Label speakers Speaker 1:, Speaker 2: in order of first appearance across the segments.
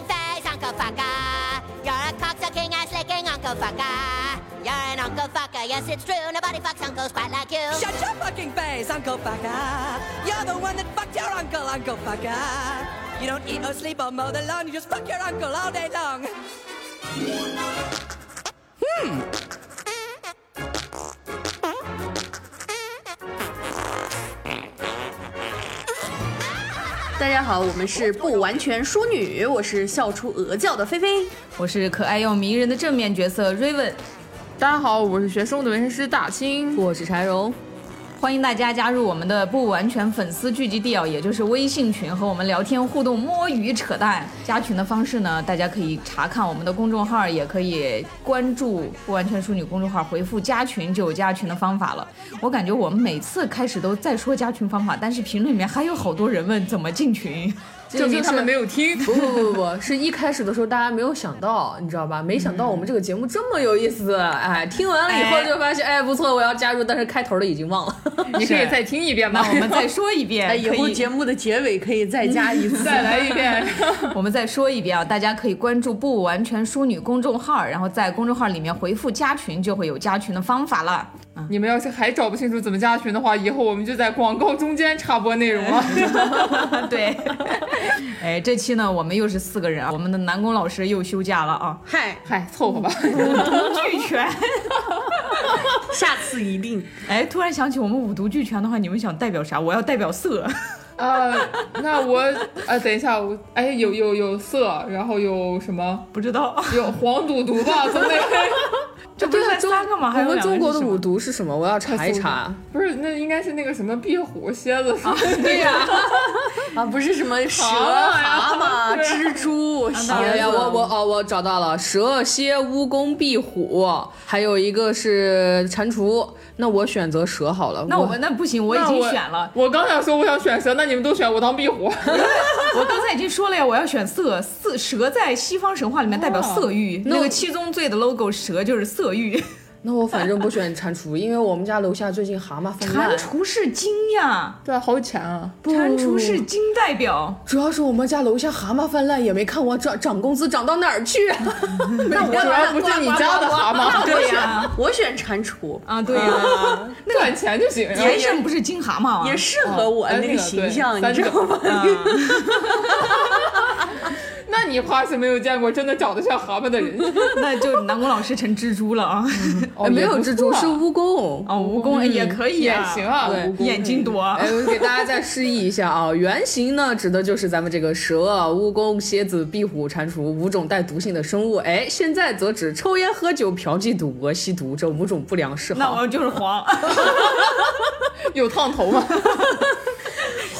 Speaker 1: Uncle Fucker. You're a cocksucking, ass licking Uncle Fucker. You're an Uncle Fucker, yes, it's true. Nobody fucks uncles quite like you.
Speaker 2: Shut your fucking face, Uncle Fucker. You're the one that fucked your uncle, Uncle Fucker. You don't eat or sleep or mow the lawn. You just fuck your uncle all day long.
Speaker 3: 大家好，我们是不完全淑女，我是笑出鹅叫的菲菲。
Speaker 4: 我是可爱又迷人的正面角色 Raven，
Speaker 5: 大家好，我是学生物的纹身师大清。
Speaker 4: 我是柴荣，欢迎大家加入我们的不完全粉丝聚集地啊，也就是微信群，和我们聊天互动、摸鱼、扯淡。加群的方式呢，大家可以查看我们的公众号，也可以关注不完全淑女公众号，回复加群就有加群的方法了。我感觉我们每次开始都在说加群方法，但是评论里面还有好多人问怎么进群，
Speaker 5: 证明他们没
Speaker 3: 有。
Speaker 5: 有听。
Speaker 3: 不不不不，是一开始的时候大家没有想到，你知道吧？没想到我们这个节目这么有意思，哎，听完了以后
Speaker 4: 哎
Speaker 3: 就发现，哎，不错，我要加入，但是开头的已经忘了。
Speaker 5: 你可以
Speaker 4: 是
Speaker 5: 再听一遍吧
Speaker 4: 那，我们再说一 遍，
Speaker 6: 哎，以
Speaker 4: 可
Speaker 6: 后节目的结尾可以再加一次。
Speaker 5: 再来一遍。
Speaker 4: 我们再说一遍啊，大家可以关注“不完全淑女”公众号，然后在公众号里面回复“加群”，就会有加群的方法了。
Speaker 5: 你们要是还找不清楚怎么加群的话，以后我们就在广告中间插播内容啊了。
Speaker 4: 对， 哎，这期呢，我们又是四个人啊，我们的南宫老师又休假了啊，
Speaker 3: 嗨，
Speaker 5: 嗨，哎凑合吧。
Speaker 4: 五毒俱全。
Speaker 6: 下次一定。
Speaker 4: 哎，突然想起我们五毒俱全的话，你们想代表啥？我要代表色。
Speaker 5: 啊，那我啊，等一下，我哎，有有有色，然后有什么？
Speaker 4: 不知道，
Speaker 5: 有黄赌毒吧？总得
Speaker 4: 这不是才
Speaker 3: 中
Speaker 4: 三个吗？还有
Speaker 3: 我们
Speaker 4: 两个
Speaker 3: 中
Speaker 4: 人
Speaker 3: 国
Speaker 4: 是
Speaker 3: 的
Speaker 4: 什么
Speaker 3: 五毒是什么？我要查一查。
Speaker 5: 不是，那应该是那个什么壁虎、蝎子 什么的。
Speaker 3: 对呀、
Speaker 6: 啊，不是什么蛇、
Speaker 5: 啊
Speaker 6: 蛤蟆、
Speaker 5: 对
Speaker 6: 蜘蛛、蝎
Speaker 3: 哎
Speaker 6: 子，
Speaker 3: 呀，我我哦，我找到了蛇、蝎、蜈蚣、壁虎，还有一个是蟾蜍。那我选择蛇好了。
Speaker 4: 那我们那不行，我已
Speaker 5: 那
Speaker 4: 经选了。
Speaker 5: 我刚想说我想选蛇，那你们都选我当壁虎。
Speaker 4: 我刚才已经说了呀，我要选色色蛇，在西方神话里面代表色欲。那个七宗罪的 logo 蛇就是色欲。
Speaker 3: 那我反正不选蟾蜍，因为我们家楼下最近蛤蟆泛滥
Speaker 4: 蟾。蜍是金呀，
Speaker 5: 对啊，好浅啊。
Speaker 3: 不
Speaker 4: 蟾蜍是金代表。
Speaker 3: 主要是我们家楼下蛤蟆泛滥，也没看我涨涨工资涨到哪儿去。啊 那
Speaker 5: 主要不是你家的蛤蟆，
Speaker 6: 对 呀、
Speaker 4: 呀
Speaker 6: 我选蟾蜍，
Speaker 4: 啊，对呀，
Speaker 5: 赚钱就行。
Speaker 4: 财神不是金蛤蟆吗？啊
Speaker 6: 也适合我
Speaker 3: 哦
Speaker 6: 那个形
Speaker 5: 哎
Speaker 6: 象，你
Speaker 5: 那
Speaker 6: 知
Speaker 5: 个对
Speaker 6: 道吗？
Speaker 5: 那你怕是没有见过真的长得像蛤蟆的人。
Speaker 4: 那就南宫老师成蜘蛛了啊！
Speaker 5: 哦
Speaker 3: 哎没有
Speaker 5: 也不
Speaker 3: 蜘蛛，
Speaker 5: 错
Speaker 3: 是 蜈蚣。嗯
Speaker 4: 哦，蜈蚣哎也可以，
Speaker 5: 也行，啊，
Speaker 3: 对
Speaker 5: 蜈蚣
Speaker 4: 眼睛多。
Speaker 3: 哎，我给大家再示意一下啊，原型呢指的就是咱们这个蛇、啊蜈蚣、蝎子、壁虎、蟾蜍五种带毒性的生物。哎，现在则指抽烟、喝酒、嫖妓、赌博、吸毒这五种不良嗜
Speaker 4: 那
Speaker 3: 好。
Speaker 4: 我就是黄，
Speaker 5: 有烫头吗？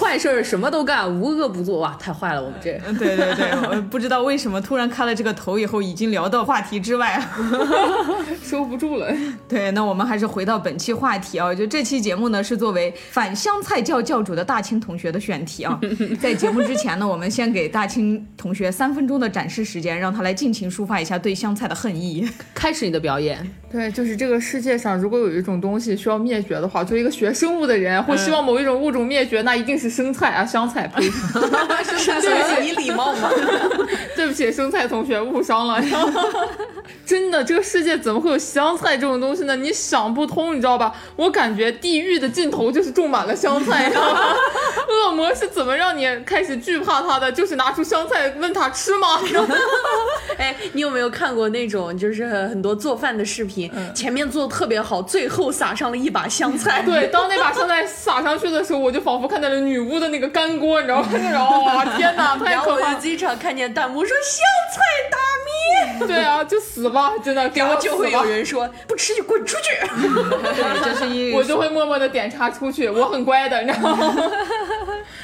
Speaker 3: 坏事儿什么都干，无恶不作哇，太坏了，我们
Speaker 5: 嗯
Speaker 3: 这。
Speaker 4: 对对对，我不知道为什么突然开了这个头以后，已经聊到话题之外了。
Speaker 5: 收不住了。
Speaker 4: 对，那我们还是回到本期话题啊，就这期节目呢是作为反湘菜教教主的大清同学的选题啊。在节目之前呢，我们先给大清同学三分钟的展示时间，让他来尽情抒发一下对湘菜的恨意。
Speaker 3: 开始你的表 演，
Speaker 5: 对，就是这个世界上，如果有一种东西需要灭绝的话，作为一个学生物的人，会
Speaker 3: 嗯
Speaker 5: 希望某一种物种灭绝，那一定是生菜啊，香菜。呸
Speaker 6: 这是你礼貌吗？
Speaker 5: 对不起，生菜同学误伤了。 然后真的，这个世界怎么会有香菜这种东西呢？你想不通，你知道吧？我感觉地狱的尽头就是种满了香菜， 你知道吗？恶魔是怎么让你开始惧怕他的？就是拿出香菜问他吃吗？
Speaker 6: 哎，你有没有看过那种就是很多做饭的视频，
Speaker 5: 嗯
Speaker 6: 前面做的特别好，最后撒上了一把香菜？
Speaker 5: 对，当那把香菜撒上去的时候，我就仿佛看到了女巫的那个干锅，你知道吗？那种，哇、哦天哪，太
Speaker 6: 然后
Speaker 5: 可
Speaker 6: 我
Speaker 5: 怕
Speaker 6: 就
Speaker 5: 了！
Speaker 6: 经常看见弹幕说香菜大米，
Speaker 5: 对啊，就死吧，真的，给
Speaker 6: 然
Speaker 5: 我
Speaker 6: 后就会
Speaker 5: 死吧
Speaker 6: 有人说不吃就滚出去。
Speaker 4: 对，这是 一
Speaker 5: 我就会默默的点叉出去，我很乖的，你知道吗？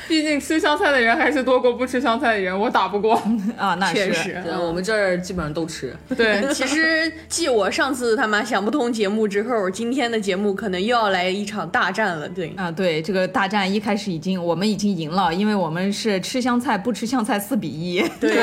Speaker 5: 毕竟吃香菜的人还是多过不吃香菜的人，我打不过。
Speaker 4: 啊，那
Speaker 6: 确
Speaker 4: 是。
Speaker 6: 实，
Speaker 3: 对，我们这儿基本上都吃。
Speaker 5: 对，
Speaker 6: 其实继我上次他妈想不通节目之后，今天的节目可能又要来一场大战了。对，
Speaker 4: 啊，对，这个大战一开始已经我们已经赢了，因为我们是吃香菜不吃香菜四比一。
Speaker 6: 对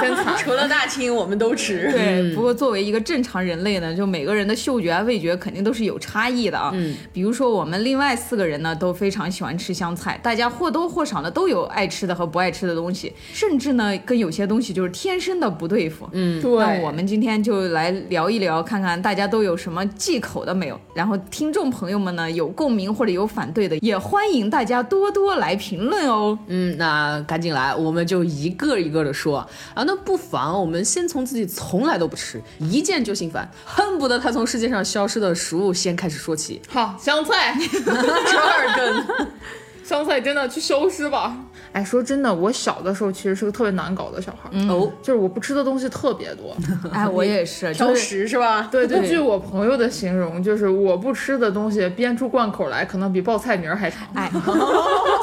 Speaker 5: 真惨
Speaker 6: 除了大清，我们都吃。
Speaker 4: 对，不过作为一个正常人类呢，就每个人的嗅觉、啊、味觉肯定都是有差异的啊。嗯，比如说我们另外四个人呢，都非常喜欢吃香菜，大家或多或少呢都有爱吃的和不爱吃的东西，甚至呢跟有些东西就是天生的不对付。嗯，那
Speaker 5: 对，
Speaker 4: 我们今天就来聊一聊，看看大家都有什么忌口的没有。然后听众朋友们呢有共鸣或者有反对的，也欢迎大家多多来评论哦。
Speaker 3: 嗯，那赶紧来，我们就一个一个的说啊。那不妨我们先从自己从来都不吃，一见就心烦，恨不得它从世界上消失的食物先开始说起。
Speaker 5: 好，香菜，折耳根，香菜真的去消失吧。哎，说真的，我小的时候其实是个特别难搞的小孩儿，
Speaker 3: 哦，
Speaker 5: 就是我不吃的东西特别 多。
Speaker 4: 哎，我也是，
Speaker 6: 挑
Speaker 4: 就是
Speaker 6: 食是吧？
Speaker 5: 对，根据我朋友的形容，就是我不吃的东西编出贯口来，可能比报菜名儿还长。
Speaker 4: 哎，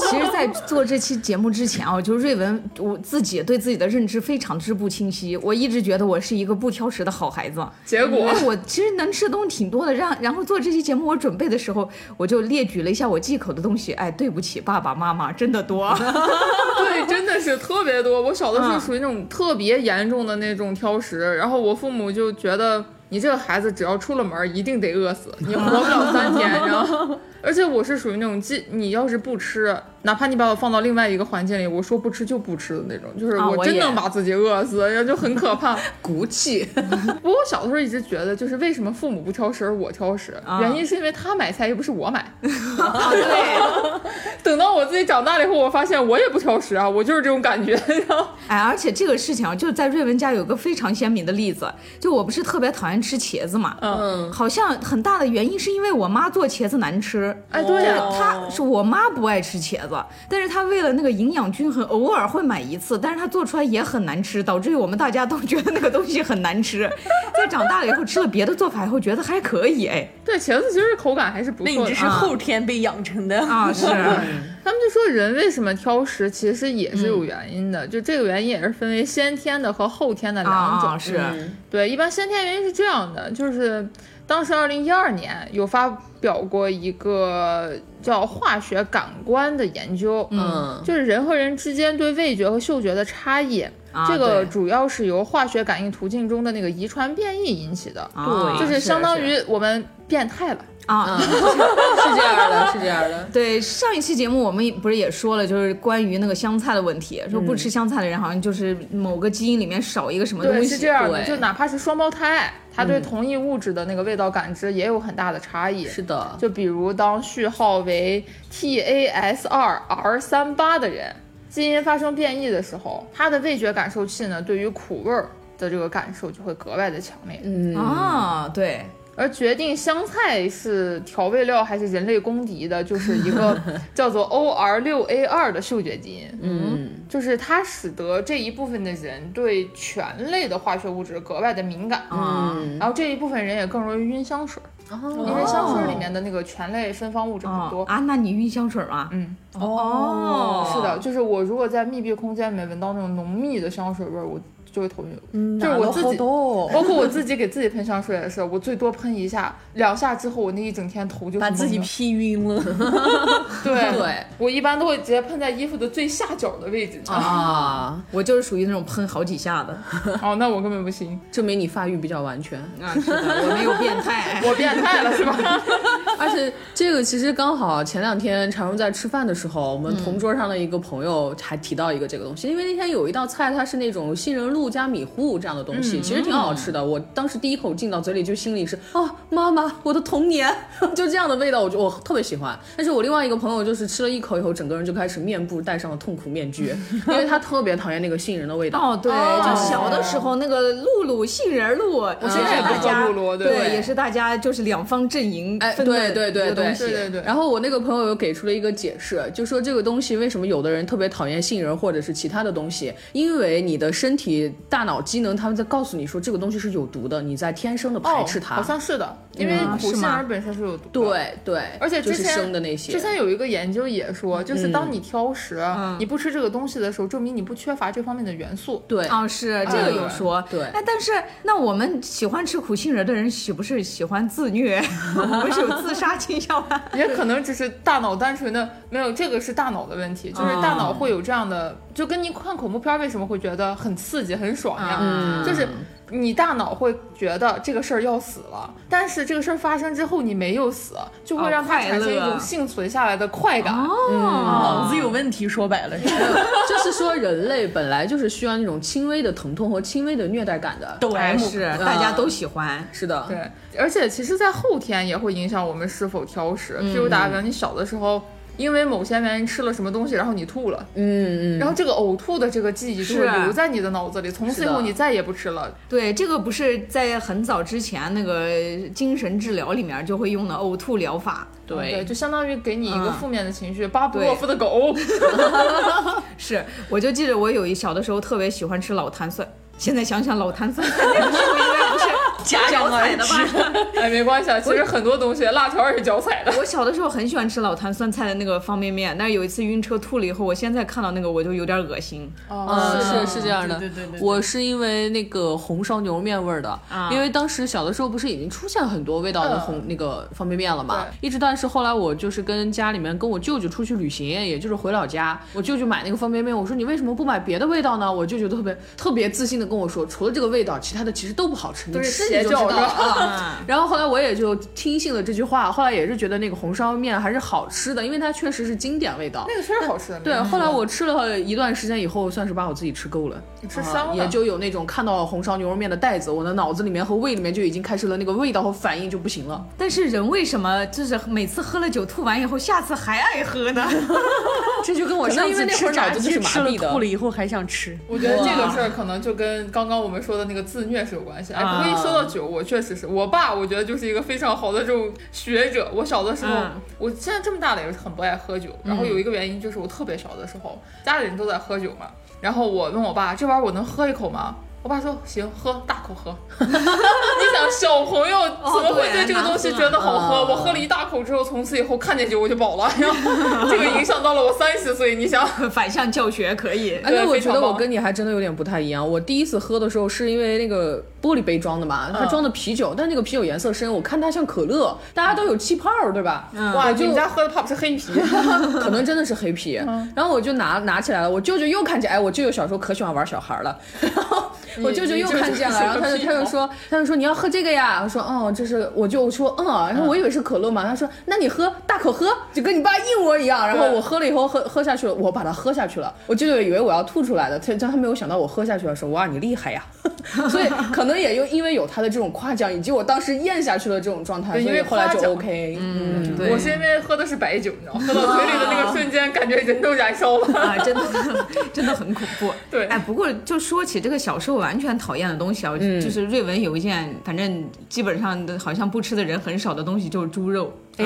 Speaker 4: 其实，在做这期节目之前啊，就瑞文我自己对自己的认知非常之不清晰。我一直觉得我是一个不挑食的好孩子，
Speaker 5: 结果
Speaker 4: 哎我其实能吃的东西挺多的。让然后做这期节目，我准备的时候，我就列举了一下我忌口的东西。哎，对不起，爸爸妈妈，真的多。
Speaker 5: 对，真的是特别多。我小的时
Speaker 4: 嗯
Speaker 5: 候属于那种特别严重的那种挑食，然后我父母就觉得你这个孩子只要出了门儿一定得饿死，你活不了三天，然后。而且我是属于那种，既你要是不吃，哪怕你把我放到另外一个环境里，我说不吃就不吃的那种，就是
Speaker 4: 啊
Speaker 5: 我
Speaker 4: 我
Speaker 5: 真
Speaker 4: 也
Speaker 5: 能把自己饿死，然后就很 可怕。
Speaker 3: 骨气，
Speaker 5: 不过我小的时候一直觉得，就是为什么父母不挑食，而我挑食，
Speaker 4: 啊
Speaker 5: 原因是因为他买菜又不是我买。
Speaker 4: 啊，对，
Speaker 5: 等到我自己长大了以后，我发现我也不挑食啊，我就是这种感觉。然后
Speaker 4: 哎，而且这个事情啊，就是在瑞文家有个非常鲜明的例子，就我不是特别讨厌吃茄子嘛，
Speaker 5: 嗯，
Speaker 4: 好像很大的原因是因为我妈做茄子难吃。
Speaker 5: 哎，对呀、
Speaker 4: 她是我妈不爱吃茄子，但是她为了那个营养均衡，偶尔会买一次，但是她做出来也很难吃，导致于我们大家都觉得那个东西很难吃。在长大了以后，吃了别的做法以后，觉得还可以，哎，
Speaker 5: 对，茄子其实口感还是不
Speaker 6: 那你
Speaker 5: 错
Speaker 6: 这
Speaker 5: 的。
Speaker 6: 是后天被养成的
Speaker 4: 啊 是，
Speaker 5: 他们就说人为什么挑食，其实也是有原因的，就这个原因也是分为先天的和后天的两种。
Speaker 4: 啊是，
Speaker 5: 对，一般先天原因是这样的，就是当时二零一二年有发表过一个叫化学感官的研究，
Speaker 3: 嗯
Speaker 5: 就是人和人之间对味觉和嗅觉的差异。
Speaker 4: 啊
Speaker 5: 这个
Speaker 4: 对
Speaker 5: 主要是由化学感应途径中的那个遗传变异引起的，
Speaker 4: 啊
Speaker 5: 就是
Speaker 3: 是
Speaker 5: 相当
Speaker 3: 是
Speaker 5: 于我们变态了。
Speaker 3: 嗯，
Speaker 4: 啊，
Speaker 3: 是这样的，是这样的。
Speaker 4: 对，上一期节目我们也不是也说了，就是关于那个香菜的问题，说不吃香菜的人好像就是某个基因里面少一个什么东
Speaker 5: 对，
Speaker 4: 西，
Speaker 5: 是这样的，
Speaker 3: 对嗯
Speaker 5: 就哪怕是双胞胎，他对同一物质的那个味道感知也有很大的差异。
Speaker 3: 是的，
Speaker 5: 就比如当序号为 TAS 二 R 三八的人，基因发生变异的时候，他的味觉感受器呢，对于苦味儿的这个感受就会格外的强烈。
Speaker 3: 嗯，
Speaker 4: 啊，对，
Speaker 5: 而决定香菜是调味料还是人类公敌的，就是一个叫做 OR 六 A 二的嗅觉基因。
Speaker 3: 嗯，
Speaker 5: 就是它使得这一部分的人对醛类的化学物质格外的敏感，
Speaker 4: 啊，
Speaker 5: 然后这一部分人也更容易晕香水，因为香水里面的那个醛类芬芳物质很
Speaker 4: 哦
Speaker 5: 多。
Speaker 4: 啊，那你晕香水吗？
Speaker 5: 嗯，
Speaker 4: 哦，
Speaker 5: 是的，，就是我如果在密闭空间里面闻到那种浓密的香水味儿，我就会头晕。就是我自己， 包括我自己给自己喷香水也是，我最多喷一下，两下之后我那一整天头就是
Speaker 6: 把自己
Speaker 5: 懵的
Speaker 6: 劈晕了。
Speaker 5: 对
Speaker 3: 对
Speaker 5: 我一般都会直接喷在衣服的最下角的位置。
Speaker 3: 啊，
Speaker 4: 我就是属于那种喷好几下的，
Speaker 5: 哦，那我根本不行，
Speaker 3: 证明你发育比较完全。
Speaker 4: 啊，是的，我没有变态，
Speaker 5: 我变态了是吧？
Speaker 3: 而且这个其实刚好前两天常荣在吃饭的时候，我们
Speaker 4: 嗯
Speaker 3: 同桌上的一个朋友还提到一个这个东西，因为那天有一道菜它是那种杏仁露加米糊这样的东
Speaker 4: 嗯
Speaker 3: 西，其实挺好吃的。我当时第一口进到嘴里就心里是啊，妈妈，我的童年 就这样的味道，我就我特别喜欢。但是我另外一个朋友就是吃了一口以后，整个人就开始面部戴上了痛苦面 具，因为他特别讨厌那个杏仁的味道。
Speaker 4: 哦，对，就小的时候那个露露杏仁露，我
Speaker 5: 现在也不
Speaker 4: 大
Speaker 5: 叫
Speaker 4: 家
Speaker 5: 露露对
Speaker 4: 对，也是大家就是两方阵营
Speaker 3: 哎，
Speaker 4: 分
Speaker 3: 对
Speaker 4: 的
Speaker 3: 对对
Speaker 4: 一个东
Speaker 3: 对
Speaker 4: 西
Speaker 5: 对对对
Speaker 3: 然后我那个朋友有给出了一个解释，就说这个东西为什么有的人特别讨厌杏仁或者是其他的东西，因为你的身体大脑机能他们在告诉你说这个东西是有毒的，你在天生的排斥它。
Speaker 5: 哦好像是的，因为
Speaker 4: 嗯
Speaker 5: 苦
Speaker 4: 是
Speaker 5: 杏
Speaker 4: 吗
Speaker 5: 仁本身是有毒的。。
Speaker 3: 对对，
Speaker 5: 而且
Speaker 3: 就
Speaker 5: 之
Speaker 3: 是
Speaker 5: 前
Speaker 3: 生的那些
Speaker 5: 之前有一个研究也说，就是当你挑食，你不吃这个东西的时候，证明你不缺乏这方面的元素。
Speaker 3: 对。
Speaker 4: 哦，是这个有说，
Speaker 3: 对
Speaker 4: 哎，但是那我们喜欢吃苦杏仁的人，是不是喜欢自虐？ 不是有自杀倾向吗？
Speaker 5: 也可能只是大脑单纯的没有，这个是大脑的问题，就是大
Speaker 4: 嗯
Speaker 5: 脑会有这样的，就跟你看恐怖片儿为什么会觉得很刺激、很爽一样，就是你大脑会觉得这个事儿要死了，但是这个事儿发生之后你没有死，就会
Speaker 4: 哦
Speaker 5: 让它
Speaker 4: 快
Speaker 5: 产生一
Speaker 4: 乐
Speaker 5: 种幸存下来的快感。
Speaker 6: 脑
Speaker 4: 哦
Speaker 6: 子有问题，说白 了是。
Speaker 3: 就是说人类本来就是需要那种轻微的疼痛和轻微的虐待感的。
Speaker 4: 抖 M 是大家都喜欢。
Speaker 3: 是的，
Speaker 5: 对，而且其实，在后天也会影响我们是否挑食。譬如打个比方，
Speaker 4: 嗯
Speaker 5: 你小的时候因为某些原因吃了什么东西，然后你吐了，
Speaker 3: 嗯嗯，
Speaker 5: 然后这个呕吐的这个记忆就会
Speaker 4: 是啊
Speaker 5: 留在你的脑子里，从此
Speaker 3: 是
Speaker 5: 以
Speaker 3: 的
Speaker 5: 后你再也不吃了。
Speaker 4: 对，这个不是在很早之前那个精神治疗里面就会用的呕吐疗法。嗯
Speaker 5: 对，
Speaker 4: 对，
Speaker 5: 就相当于给你一个
Speaker 4: 嗯
Speaker 5: 负面的情绪，巴甫
Speaker 4: 对
Speaker 5: 洛夫 的狗。
Speaker 4: 是，我就记得我有一小的时候特别喜欢吃老坛酸，现在想想老坛酸菜那个时候应该 不是
Speaker 6: 戛然
Speaker 4: 脚踩
Speaker 6: 而
Speaker 4: 的吧？
Speaker 5: 哎，没关系，啊，其实很多东西，辣条也是脚踩的。
Speaker 4: 我小的时候很喜欢吃老坛酸菜的那个方便面，但是有一次晕车吐了以后，我现在看到那个我就有点恶心。
Speaker 3: 嗯，
Speaker 5: 是
Speaker 3: 是是这样的，
Speaker 6: 对对对对对
Speaker 3: 我是因为那个红烧牛肉面味儿的，
Speaker 5: 啊
Speaker 3: 因为当时小的时候不是已经出现很多味道的
Speaker 5: 嗯
Speaker 3: 红、那个方便面了嘛，一直但是后来我就是跟家里面跟我舅舅出去旅行，也就是回老家，我舅舅买那个方便面，我说你为什么不买别的味道呢？我舅舅特别特别自信的跟我说，除了这个味道，其他的其实都不好吃，你
Speaker 5: 都是
Speaker 3: 吃
Speaker 5: 邪
Speaker 3: 你就知道
Speaker 5: 教是
Speaker 3: 了
Speaker 5: 吧
Speaker 3: 啊。 然后后来我也就听信了这句话，后来也是觉得那个红烧面还是好吃的，因为它确实是经典味道
Speaker 5: 那。个确实好吃 的。
Speaker 3: 对，后来我吃了一段时间以后，算是把我自己吃够了，啊
Speaker 5: 你吃香了
Speaker 3: 也就有那种看到红烧牛肉面的袋子，我的脑子里面和胃里面就已经开始了那个味道和反应就不行了。
Speaker 4: 但是人为什么就是每次喝了酒吐完以后，下次还爱喝呢？
Speaker 3: 这就跟我上
Speaker 6: 上
Speaker 3: 次
Speaker 6: 次
Speaker 3: 吃
Speaker 6: 吃
Speaker 3: 炸
Speaker 6: 炸
Speaker 3: 鸡
Speaker 6: 鸡
Speaker 3: 是麻
Speaker 6: 吃了
Speaker 3: 痹
Speaker 6: 吐了
Speaker 3: 的。
Speaker 6: 以后还想吃，
Speaker 5: 我觉得这个事儿可能就跟刚刚我们说的那个自虐是有关系。哎，不过一说到酒，我确实是我爸，我觉得就是一个非常好的这种学者。我小的时候，
Speaker 4: 嗯
Speaker 5: 我现在这么大了也是很不爱喝酒。然后有一个原因就是我特别小的时候，家里人都在喝酒嘛，然后我问我爸这玩意儿我能喝一口吗？我爸说行，喝大口喝。 你想小朋友怎么会对这个东西觉得好喝？
Speaker 3: 哦对
Speaker 5: 我喝了一大口之后，从此以后看见酒我就饱了，然后这个影响到了我三十岁。你想，
Speaker 4: 反向教学可以。
Speaker 3: 哎，那
Speaker 5: 对
Speaker 3: 我
Speaker 5: 非
Speaker 3: 觉
Speaker 5: 常
Speaker 3: 得我
Speaker 5: 棒
Speaker 3: 跟你还真的有点不太一样。我第一次喝的时候是因为那个玻璃杯装的嘛，
Speaker 5: 嗯
Speaker 3: 它装的啤酒，但那个啤酒颜色深，我看它像可乐，大家都有气泡，对吧？嗯，
Speaker 5: 哇，你们家喝的怕不是黑啤？
Speaker 3: 可 能真的是黑啤。
Speaker 5: 嗯
Speaker 3: 然后我就拿拿起来了，我舅舅又看见，哎，我舅舅小时候可喜欢玩小孩了，然后我舅舅又看见了，
Speaker 5: 你
Speaker 3: 然后他就
Speaker 5: 你
Speaker 3: 他
Speaker 5: 这个
Speaker 3: 就
Speaker 5: 屁
Speaker 3: 说他就说你要喝这个呀，我说哦，这是我就说嗯，然后我以为是可乐嘛，他说那你喝大口喝，就跟你爸一模一样。然后
Speaker 5: 对
Speaker 3: 我喝了以后喝喝下去了，我把它喝下去了，我舅舅以为我要吐出来的，他但他没有想到我喝下去了，说哇你厉害呀， 所以可能也就因为有他的这种夸奖，以及我当时咽下去的这种状态，
Speaker 5: 对
Speaker 3: 所
Speaker 5: 因
Speaker 3: 以
Speaker 5: 为
Speaker 3: 后来
Speaker 5: 夸
Speaker 3: 就
Speaker 5: 奖
Speaker 3: OK，嗯
Speaker 4: 对
Speaker 5: 我是因为喝的是白酒，你知道吗， 喝到嘴里的那个瞬间，感觉人都燃烧了。
Speaker 4: 啊，真的真的很恐 怖。
Speaker 5: 对
Speaker 4: 哎，不过就说起这个小时候完全讨厌的东西啊，
Speaker 6: 嗯
Speaker 4: 就是瑞文有一件，反正基本上都好像不吃的人很少的东西就是猪肉。
Speaker 6: 哎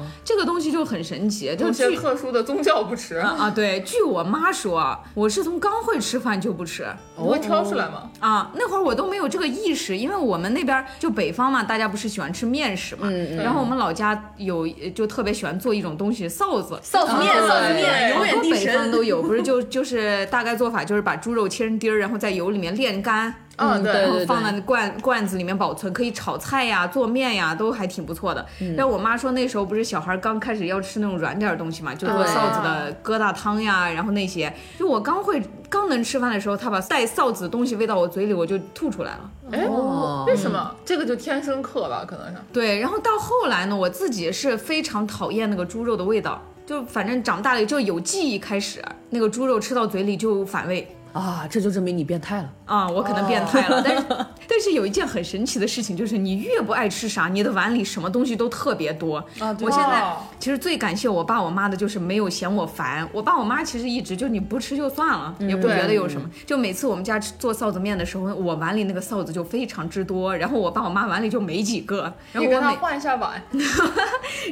Speaker 5: 啊，
Speaker 4: 这个东西就很神奇，就
Speaker 5: 有些
Speaker 4: 据
Speaker 5: 特殊的宗教不吃，
Speaker 6: 哦
Speaker 4: 啊，对，据我妈说，啊我是从刚会吃饭就不吃。
Speaker 5: 你会挑出来吗？
Speaker 4: 啊，那会儿我都没有这个意识，因为我们那边儿就北方嘛，大家不是喜欢吃面食嘛，
Speaker 6: 嗯
Speaker 4: 然后我们老家有就特别喜欢做一种东西臊子，啊
Speaker 6: 臊子面，
Speaker 5: 嗯
Speaker 6: 臊子
Speaker 5: 对
Speaker 6: 面，永
Speaker 4: 很
Speaker 6: 远
Speaker 4: 多
Speaker 6: 地
Speaker 4: 北方
Speaker 6: 神。
Speaker 4: 都有，不是就就是大概做法就是把猪肉切成丁儿，然后在油里面炼干，嗯
Speaker 5: 啊，
Speaker 6: 嗯
Speaker 3: 对
Speaker 4: 然
Speaker 5: 对，
Speaker 4: 后放在罐罐子里面保存，可以炒菜呀、做面呀，都还挺不错的。
Speaker 6: 嗯
Speaker 4: 但我妈说那时候不是小孩刚开始要吃那种软点儿的东西嘛，就做臊子的疙瘩汤呀，然后那些，就我刚会刚能吃饭的时候，她把带臊子的东西喂到我嘴里，我就吐出来了。
Speaker 5: 哎
Speaker 3: 哦，
Speaker 5: 为什么这个就天生克吧？可能是
Speaker 4: 对，然后到后来呢，我自己是非常讨厌那个猪肉的味道，就反正长大了就有记忆开始，那个猪肉吃到嘴里就反胃。
Speaker 3: 啊，这就证明你变态了。
Speaker 4: 啊、我可能变态
Speaker 5: 哦
Speaker 4: 了，但 是但是有一件很神奇的事情，就是你越不爱吃啥，你的碗里什么东西都特别多。啊、我现在
Speaker 5: 哦
Speaker 4: 其实最感谢我爸我妈的就是没有嫌我烦，我爸我妈其实一直就你不吃就算了，也
Speaker 5: 嗯
Speaker 4: 不觉得有什么。就每次我们家吃做臊子面的时候，我碗里那个臊子就非常之多，然后我爸我妈碗里就没几个，然后
Speaker 5: 你
Speaker 4: 我
Speaker 5: 跟他
Speaker 4: 每
Speaker 5: 换一下 碗，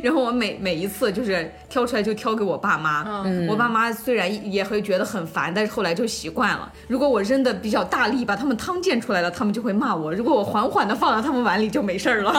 Speaker 4: 然后我每每一次就是挑出来就挑给我爸妈，
Speaker 5: 嗯
Speaker 4: 我爸妈虽然也会觉得很烦，但是后来就习惯了。如果我扔的比较大力，把他们汤溅出来了，他们就会骂我；如果我缓缓的放到他们碗里，就没事儿了。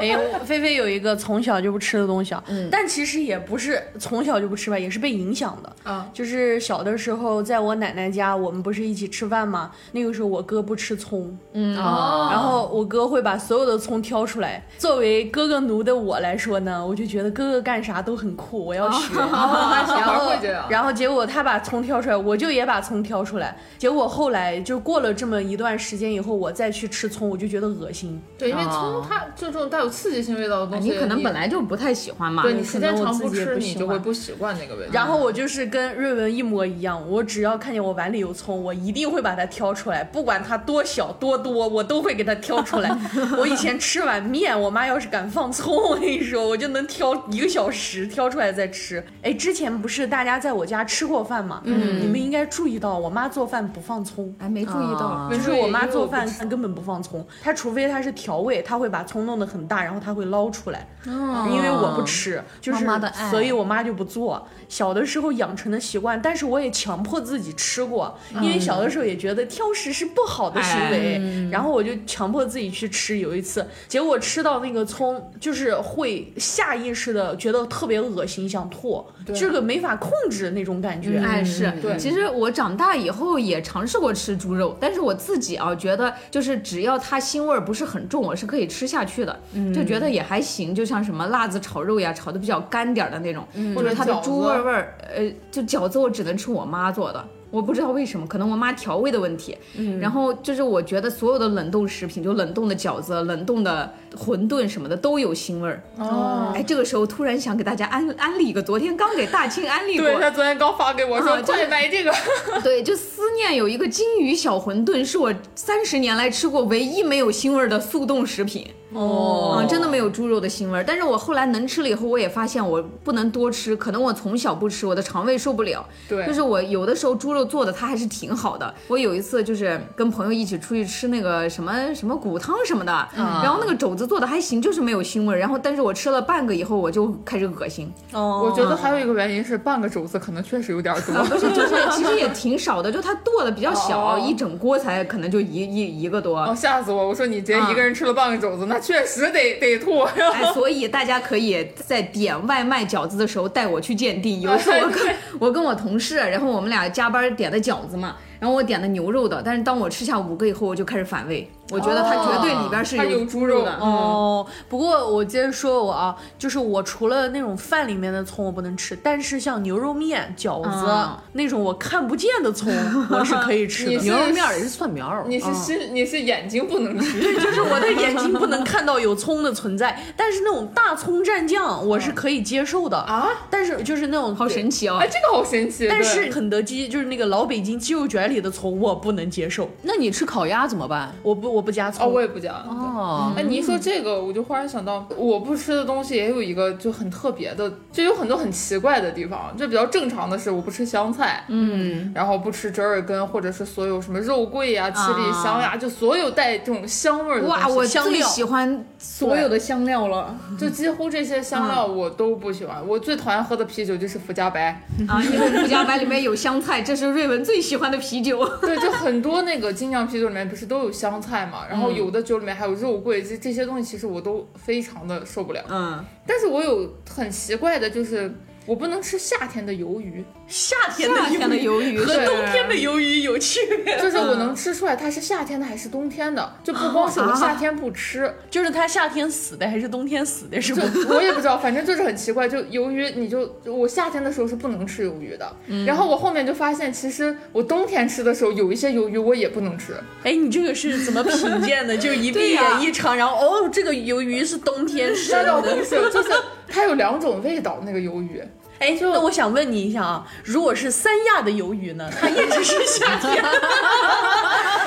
Speaker 6: 哎，我菲菲有一个从小就不吃的东西啊，但其实也不是从小就不吃吧，也是被影响的。
Speaker 5: 啊
Speaker 6: 就是小的时候在我奶奶家，我们不是一起吃饭嘛，那个时候我哥不吃葱，
Speaker 5: 哦
Speaker 6: 然后我哥会把所有的葱挑出来。作为哥哥奴的我来说呢，我就觉得哥哥干啥都很酷，我要学。
Speaker 5: 哦小
Speaker 6: 然
Speaker 5: 孩
Speaker 6: 后
Speaker 5: 会这样，
Speaker 6: 然后结果他把葱挑出来，我就也把葱挑出出来。结果后来就过了这么一段时间以后，我再去吃葱，我就觉得恶心。
Speaker 5: 对，因为
Speaker 7: 哦
Speaker 5: 葱它就这种带有刺激性味道的东 西，
Speaker 4: 你可能本来就不太喜欢嘛。
Speaker 5: 对你
Speaker 6: 可
Speaker 5: 时间
Speaker 6: 能我
Speaker 5: 长
Speaker 6: 自
Speaker 5: 不
Speaker 6: 己也
Speaker 5: 吃，
Speaker 6: 不
Speaker 5: 你
Speaker 6: 喜
Speaker 5: 就会
Speaker 6: 欢
Speaker 5: 不习惯那个味道。
Speaker 6: 然后我就是跟瑞文一模一样，我只要看见我碗里有葱，我一定会把它挑出来，不管它多小多多，我都会给它挑出来。我以前吃碗面，我妈要是敢放葱，我跟你说，我就能挑一个小时，挑出来再吃。哎，之前不是大家在我家吃过饭嘛，嗯，你们应该注意到，我妈做饭不放葱。
Speaker 4: 哎，没注意到
Speaker 7: 啊，
Speaker 6: 就是我妈做
Speaker 5: 因为我
Speaker 6: 饭
Speaker 5: 不吃
Speaker 6: 根本不放葱，她除非她是调味，她会把葱弄得很大，然后她会捞出来。
Speaker 5: 哦
Speaker 6: 因为我不吃，就是
Speaker 4: 妈妈的爱
Speaker 6: 所以我妈就不做。小的时候养成的习惯，但是我也强迫自己吃过，因为小的时候也觉得挑食是不好的行为，
Speaker 5: 哎
Speaker 6: 然后我就强迫自己去吃。有一次，结果吃到那个葱，就是会下意识的觉得特别恶心，想吐，这个没法控制那种感
Speaker 5: 嗯
Speaker 6: 觉。
Speaker 4: 哎，是
Speaker 5: 对，
Speaker 4: 其实我长大以后也尝试过吃猪肉，但是我自己啊，觉得就是只要它腥味儿不是很重，我是可以吃下去的，
Speaker 5: 嗯
Speaker 4: 就觉得也还行。就像什么辣子炒肉呀，炒的比较干点儿的那种，或者它的
Speaker 5: 嗯或者饺子
Speaker 4: 猪味儿味儿，呃，就饺子我只能吃我妈做的。我不知道为什么，可能我妈调味的问题。嗯，然后就是我觉得所有的冷冻食品，就冷冻的饺子、冷冻的馄饨什么的都有腥味儿。
Speaker 5: 哦，
Speaker 4: 哎，这个时候突然想给大家安安利一个，昨天刚给大庆安利过，
Speaker 5: 对他昨天刚发给我
Speaker 4: 啊
Speaker 5: 说，
Speaker 4: 就是
Speaker 5: 快买这个。
Speaker 4: 对，就思念有一个金鱼小馄饨，是我三十年来吃过唯一没有腥味儿的速冻食品。
Speaker 7: 哦
Speaker 4: 嗯，真的没有猪肉的腥味儿。但是我后来能吃了以后，我也发现我不能多吃，可能我从小不吃，我的肠胃受不了。
Speaker 5: 对
Speaker 4: 就是我有的时候猪肉做的它还是挺好的。我有一次就是跟朋友一起出去吃那个什么什么骨汤什么的，然后那个肘子做的还行，就是没有腥味儿。然后但是我吃了半个以后，我就开始恶心。
Speaker 6: 哦
Speaker 5: 我觉得还有一个原因是半个肘子可能确实有点多。
Speaker 4: 不是，就是 其实也挺少的，就它剁的比较小，
Speaker 5: 哦
Speaker 4: 一整锅才可能就一一一个多。
Speaker 5: 哦，吓死我！我说你直接一个人吃了半个肘子，那确实得得吐。
Speaker 4: 哎，所以大家可以在点外卖饺子的时候带我去鉴定。有一 次我跟我跟我同事，然后我们俩加班点的饺子嘛，然后我点的牛肉的，但是当我吃下五个以后，我就开始反胃，我觉得它绝对里边是
Speaker 5: 它有
Speaker 4: 猪
Speaker 5: 猪
Speaker 4: 肉
Speaker 5: 肉嗯
Speaker 4: 的。
Speaker 6: 哦，不过我接着说我啊，就是我除了那种饭里面的葱我不能吃，但是像牛肉面、饺子、
Speaker 4: 啊
Speaker 6: 那种我看不见的 葱，我是可以吃
Speaker 5: 你
Speaker 6: 的。
Speaker 5: 是
Speaker 7: 牛肉面儿也是蒜苗儿，
Speaker 5: 你是是你是眼睛不能吃，
Speaker 6: 就是我的眼睛不能看到有葱的存 在，但是那种大葱蘸酱我是可以接受的
Speaker 5: 啊。
Speaker 6: 但是就是那种
Speaker 4: 好神。奇哦
Speaker 5: 哎，！这个好神奇。
Speaker 6: 但
Speaker 5: 对
Speaker 6: 是肯德基就是那个老北京鸡肉卷里的葱，我不能接受，
Speaker 7: 那你吃烤鸭怎么办？
Speaker 6: 我不我不加葱。
Speaker 5: 哦，我也不讲。对
Speaker 7: 哦，
Speaker 5: 哎，你一说这个，我就忽然想到，我不吃的东西也有一个就很特别的，就有很多很奇怪的地方。就比较正常的是，我不吃香菜，嗯，然后不吃折耳根，或者是所有什么肉桂呀、七里香呀，就所有带这种香味儿的东西。
Speaker 4: 哇，我
Speaker 6: 香
Speaker 4: 最
Speaker 6: 料
Speaker 4: 喜欢所有的香料了
Speaker 5: 就几乎这些香料我都不喜欢。我最讨厌喝的啤酒就是福加白，
Speaker 4: 啊！因为胡家白里面有香菜，这是瑞文最喜欢的啤酒。
Speaker 5: 对，就很多那个精酿啤酒里面不是都有香菜嘛，然后有的酒里面还有肉桂，这这些东西其实我都非常的受不了。
Speaker 4: 嗯，
Speaker 5: 但是我有很奇怪的，就是我不能吃夏天的鱿鱼，
Speaker 6: 夏天的
Speaker 4: 夏天的
Speaker 6: 鱿鱼
Speaker 4: 鱿鱼
Speaker 6: 和
Speaker 5: 对
Speaker 6: 冬天的鱿鱼有区别，
Speaker 5: 就是我能吃出来它是夏天的还是冬天的，就不光是我夏天不吃，
Speaker 6: 就是它夏天死的还是冬天死的，是
Speaker 5: 就
Speaker 6: 不？
Speaker 5: 我也不知道，反正就是很奇怪。就鱿鱼，你就就我夏天的时候是不能吃鱿鱼的，然后我后面就发现，其实我冬天吃的时候有一些鱿鱼我也不能吃。
Speaker 6: 哎，你这个是怎么品鉴 的？就一闭
Speaker 4: 对呀
Speaker 6: 眼一尝，然后哦，这个鱿鱼是冬天吃
Speaker 5: 那倒
Speaker 6: 的
Speaker 5: 不。是，就是它有两种味道，那个鱿鱼。
Speaker 6: 哎，那我想问你一下啊，如果是三亚的鱿鱼呢？它一直是夏天。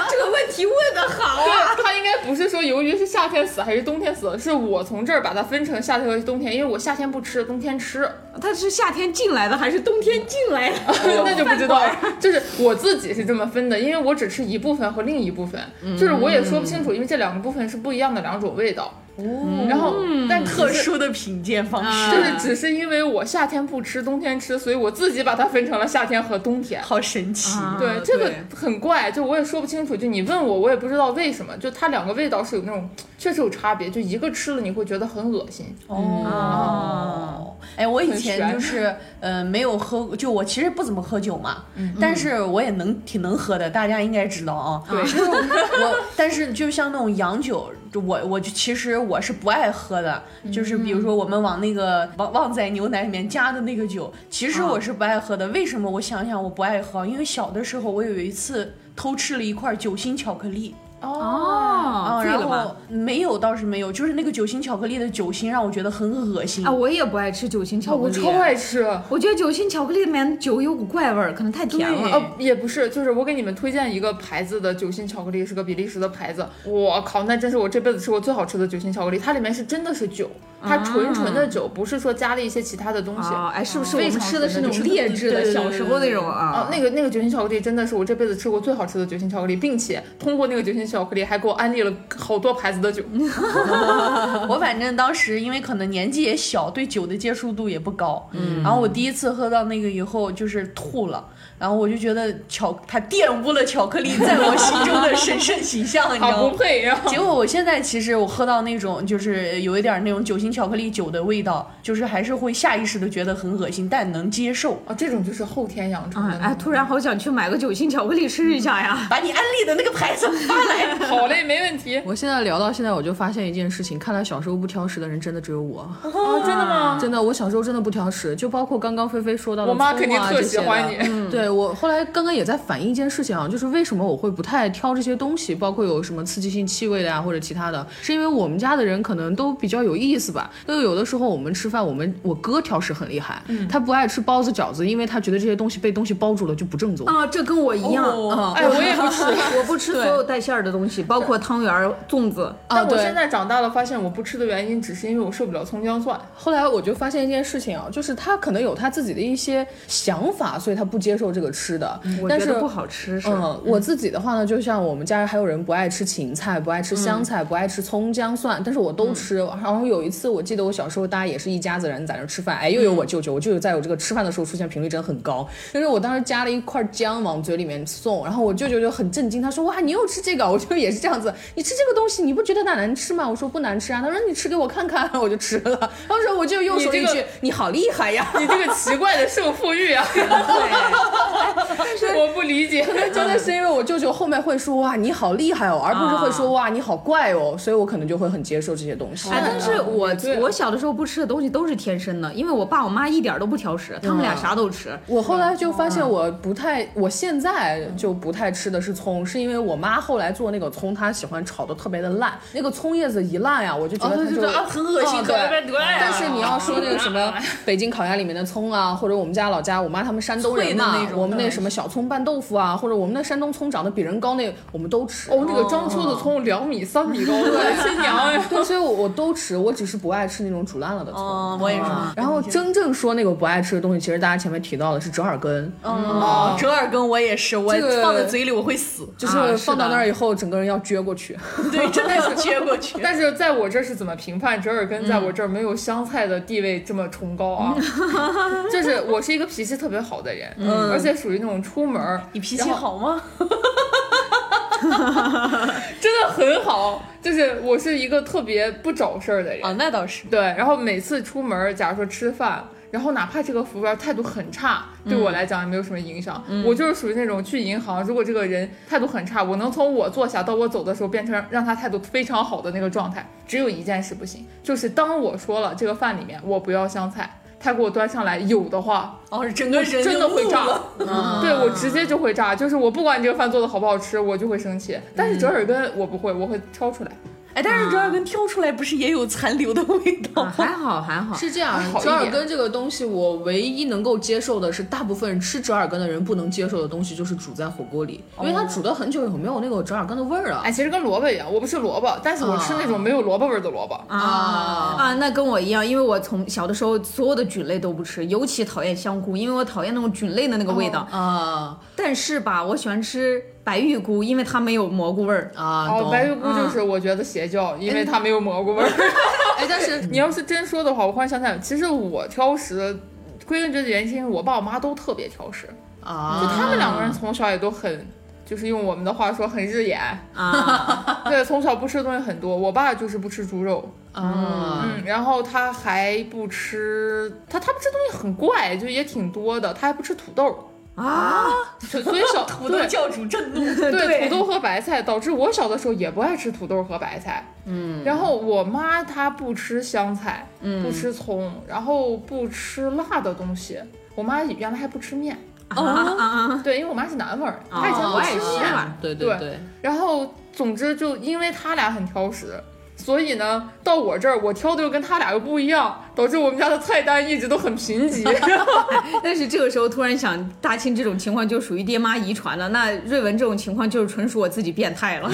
Speaker 6: 这个问题问的好啊！
Speaker 5: 对，它应该不是说鱿鱼是夏天死还是冬天死，是我从这儿把它分成夏天和冬天，因为我夏天不吃，冬天吃，
Speaker 4: 它是夏天进来的还是冬天进来的？
Speaker 5: 那就不知道 了。就是我自己是这么分的，因为我只吃一部分和另一部分，就是我也说不清楚，因为这两个部分是不一样的两种味道。 哦，然后但
Speaker 6: 嗯特
Speaker 5: 只是。啊
Speaker 6: 殊的品鉴方式，
Speaker 5: 就是只是因为我夏天不吃，冬天吃，所以我自己把它分成了夏天和冬天。
Speaker 6: 好神奇。啊
Speaker 4: 啊
Speaker 5: 对，这个很怪，就我也说不清楚。就你问我，我也不知道为什么。就它两个味道是有那种，确实有差别。就一个吃了你会觉得很恶心，
Speaker 4: 嗯
Speaker 6: 哦，哎，我以前就是呃没有喝，就我其实不怎么喝酒嘛，
Speaker 4: 嗯
Speaker 6: 但是我也 能挺能喝的，大家应该知道啊。对，就是我，但是就像那种洋酒，就我我就其实我是不爱喝的，
Speaker 4: 嗯
Speaker 6: 就是比如说我们往那个旺旺仔牛奶里面加的那个酒，其
Speaker 4: 嗯
Speaker 6: 实我是不爱喝的。为什么？我想想，我不爱喝，啊因为小的时候我有一次偷吃了一块酒心巧克力。
Speaker 4: 哦，
Speaker 6: 啊，
Speaker 4: 醉
Speaker 6: 然
Speaker 4: 了
Speaker 6: 后
Speaker 4: 吧？
Speaker 6: 没有，倒是没有，就是那个酒心巧克力的酒心让我觉得很恶心。
Speaker 4: 啊，我也不爱吃酒心巧克
Speaker 5: 哦我
Speaker 4: 力，
Speaker 5: 超爱吃。
Speaker 4: 我觉得酒心巧克力里面酒有股怪味儿，可能太甜
Speaker 6: 对
Speaker 4: 了。哦
Speaker 5: 呃，也不是，就是我给你们推荐一个牌子的酒心巧克力，是个比利时的牌子。我靠，那真是我这辈子吃过最好吃的酒心巧克力。它里面是真的是酒，它纯纯的酒，不是说加了一些其他的东西。
Speaker 4: 啊，哎，是不是我
Speaker 5: 哦非
Speaker 4: 们
Speaker 5: 常
Speaker 4: 吃的是那种劣质
Speaker 6: 对对
Speaker 4: 的，
Speaker 6: 对
Speaker 4: 小时候那种
Speaker 5: 啊
Speaker 4: 啊，？
Speaker 5: 那个那个酒心巧克力真的是我这辈子吃过最好吃的酒心巧克力，并且通过那个酒心巧克力还给我安利了好多牌子的酒。
Speaker 4: 嗯
Speaker 6: 我反正当时因为可能年纪也小，对酒的接触度也不高，嗯，然后我第一次喝到那个以后就是吐了，然后我就觉得巧，它玷污了巧克力在我心中的神圣形象，你知
Speaker 5: 啊，
Speaker 6: 道
Speaker 5: 不
Speaker 6: 吗？
Speaker 5: 配呀、
Speaker 6: 结果我现在其实我喝到那种就是有一点那种酒心巧克力酒的味道，就是还是会下意识的觉得很恶心，但能接受。
Speaker 5: 啊！这种就是后天养成的
Speaker 4: 嗯，
Speaker 5: 那
Speaker 4: 哎，
Speaker 5: 种。
Speaker 4: 突然好想去买个酒心巧克力吃一下呀！
Speaker 6: 把你安利的那个牌子发来，
Speaker 5: 好嘞，没问题。
Speaker 3: 我现在聊到现在，我就发现一件事情，看来小时候不挑食的人真的只有我，
Speaker 5: 哦，真的吗？
Speaker 3: 真的，我小时候真的不挑食，就包括刚刚菲菲说到的、
Speaker 5: 我
Speaker 3: 葱
Speaker 5: 妈
Speaker 3: 啊
Speaker 5: 肯定特喜欢你
Speaker 3: 这些的嗯对我后来刚刚也在反映一件事情啊，就是为什么我会不太挑这些东西，包括有什么刺激性气味的啊，或者其他的，是因为我们家的人可能都比较有意思吧。因为有的时候我们吃饭，我们我哥挑食很厉害，
Speaker 5: 嗯
Speaker 3: 他不爱吃包子饺子，因为他觉得这些东西被东西包住了就不正宗。
Speaker 4: 啊，这跟我一样
Speaker 6: 哦
Speaker 4: 啊，
Speaker 5: 哎，我也不吃。
Speaker 4: 我不吃所有带馅儿的东西，包括汤圆儿、粽子。
Speaker 5: 但我
Speaker 3: 对
Speaker 5: 现在长大了，发现我不吃的原因，只是因为我受不了葱姜蒜。
Speaker 3: 后来我就发现一件事情啊，就是他可能有他自己的一些想法，所以他不接受这个吃的。
Speaker 4: 嗯我
Speaker 3: 但
Speaker 4: 觉
Speaker 3: 是
Speaker 4: 得不好吃是。
Speaker 3: 嗯，我自己的话呢，就像我们家还有人不爱吃芹菜，不爱吃
Speaker 5: 嗯
Speaker 3: 香菜，不爱吃葱姜蒜，但是我都吃。然后有一次，我记得我小时候，大家也是一家子人在那儿吃饭，哎，
Speaker 5: 嗯
Speaker 3: 又有我舅舅，我舅舅在我这个吃饭的时候出现频率真的很高。但是我当时夹了一块姜往嘴里面送，然后我舅舅就很震惊，他说：“哇，你又吃这个？” 我舅也是这样子，你吃这个东西，你不觉得它难吃吗？我说不难吃啊。他说：“你吃给我看看。” 我就吃了。当时我就又说了一
Speaker 5: 你这
Speaker 3: 句：“
Speaker 5: 个
Speaker 3: 你好厉害呀！”
Speaker 5: 你这个奇怪的胜负欲啊！我不理解。
Speaker 3: 真的是因为我舅舅后面会说哇你好厉害哦，而不是会说哇你好怪哦，所以我可能就会很接受这些东西。
Speaker 4: 哎，但是我
Speaker 5: 也对
Speaker 4: 我小的时候不吃的东西都是天生的，因为我爸我妈一点儿都不挑食，他们俩啥都吃。
Speaker 3: 我后来就发现
Speaker 5: 嗯
Speaker 3: 我不太，我现在就不太吃的是葱，是因为我妈后来做那个葱，她喜欢炒的特别的烂，那个葱叶子一烂呀，我就觉
Speaker 5: 哦
Speaker 3: 得它就
Speaker 6: 啊，很恶心，
Speaker 3: 哦
Speaker 6: 可
Speaker 3: 对
Speaker 6: 别得呀
Speaker 3: 但是你要说那个什么
Speaker 5: 嗯
Speaker 3: 北京烤鸭里面的葱啊，或者我们家老家我妈他们山东人
Speaker 6: 脆的
Speaker 3: 嘛
Speaker 6: 那，种
Speaker 3: 我们那
Speaker 5: 嗯
Speaker 3: 什么小葱拌豆腐啊，或者我们那山东葱长得比人高那我们都吃。
Speaker 5: 哦，那个章丘的葱两米、三米高，我的亲娘呀！哦
Speaker 3: 对，所以我我都吃，我只是不爱吃那种煮烂了的葱。
Speaker 6: 嗯，我也是。
Speaker 5: 啊
Speaker 3: 然后真正说那个不爱吃的东西，其实大家前面提到的是折耳根，
Speaker 5: 嗯
Speaker 6: 哦，折耳根我也是，我
Speaker 3: 这个
Speaker 6: 放在嘴里我会死，
Speaker 5: 啊
Speaker 3: 就是放到那儿以后，整个人要撅过去。
Speaker 6: 对，真的要接过去。
Speaker 5: 但是在我这是怎么评判折耳根，在我这儿没有香菜的地位这么崇高啊！
Speaker 6: 嗯
Speaker 5: 就是我是一个脾气特别好的人，而且属于那种出门儿
Speaker 6: 你脾气好吗？
Speaker 5: 真的很好，就是我是一个特别不找事儿的人。
Speaker 6: 啊，那倒是。
Speaker 5: 对，然后每次出门儿，假如说吃饭，然后哪怕这个服务员态度很差，对
Speaker 6: 嗯
Speaker 5: 我来讲也没有什么影响。我就是属于那种去银行，如果这个人态度很差，我能从我坐下到我走的时候变成让他态度非常好的那个状态。只有一件事不行，就是当我说了这个饭里面我不要香菜，他给我端上来有的话，
Speaker 6: 哦，整个人
Speaker 5: 真的会炸
Speaker 6: 炸。。
Speaker 5: 对我直接就会炸，就是我不管你这个饭做的好不好吃，我就会生气。但是折
Speaker 6: 嗯
Speaker 5: 耳根我不会，我会挑出来。
Speaker 6: 哎，但是折耳根挑出来不是也有残留的味道
Speaker 4: 啊
Speaker 6: 吗？
Speaker 4: 还好还好，
Speaker 3: 是这样
Speaker 5: 好一
Speaker 3: 折耳
Speaker 5: 点
Speaker 3: 根这个东西，我唯一能够接受的是，大部分吃折耳根的人不能接受的东西就是煮在火锅里，因为它煮的很久以后没有那个折耳根的味儿了。
Speaker 5: 哦哎，其实跟萝卜一样，我不吃萝卜，但是我吃那
Speaker 3: 啊
Speaker 5: 种没有萝卜味儿的萝卜。
Speaker 4: 啊啊，那跟我一样，因为我从小的时候所有的菌类都不吃，尤其讨厌香菇，因为我讨厌那种菌类的那个味道。
Speaker 3: 啊
Speaker 4: 但是吧，我喜欢吃白玉菇，因为它没有蘑菇味儿。
Speaker 3: 啊，哎
Speaker 5: 哦，
Speaker 3: 懂。
Speaker 5: 白玉菇就是我觉得邪教，因为它没有蘑菇 味儿。
Speaker 3: 哎，但 是
Speaker 5: 你要是真说的话，我忽然想起来，其实我挑食，归根结底原因是因为我爸我妈都特别挑食，就
Speaker 3: 啊，
Speaker 5: 他们两个人从小也都很。就是用我们的话说，很日眼
Speaker 4: 啊，
Speaker 5: 对，从小不吃的东西很多。我爸就是不吃猪肉，
Speaker 3: 啊，
Speaker 5: 嗯，然后他还不吃，他他不吃东西很怪，就也挺多的。他还不吃土豆，
Speaker 4: 啊，
Speaker 5: 所所以小
Speaker 6: 土豆教主震怒，
Speaker 5: 对土豆和白菜，导致我小的时候也不爱吃土豆和白菜。嗯，然后我妈她不吃香菜，嗯，不吃葱，然后不吃辣的东西。我妈原来还不吃面，
Speaker 4: 啊
Speaker 5: 对，因为我妈是南方人，她以前
Speaker 4: 哦
Speaker 5: 不
Speaker 4: 我爱
Speaker 5: 吃
Speaker 4: 吃
Speaker 5: 面。
Speaker 4: 嘛，
Speaker 3: 对
Speaker 5: 对
Speaker 3: 对，
Speaker 5: 然后总之就因为他俩很挑食，所以呢，到我这儿我挑的又跟他俩又不一样，导致我们家的菜单一直都很贫 瘠。
Speaker 4: 但是这个时候突然想，大庆这种情况就属于爹妈遗传了，那瑞文这种情况就是纯属我自己变态了。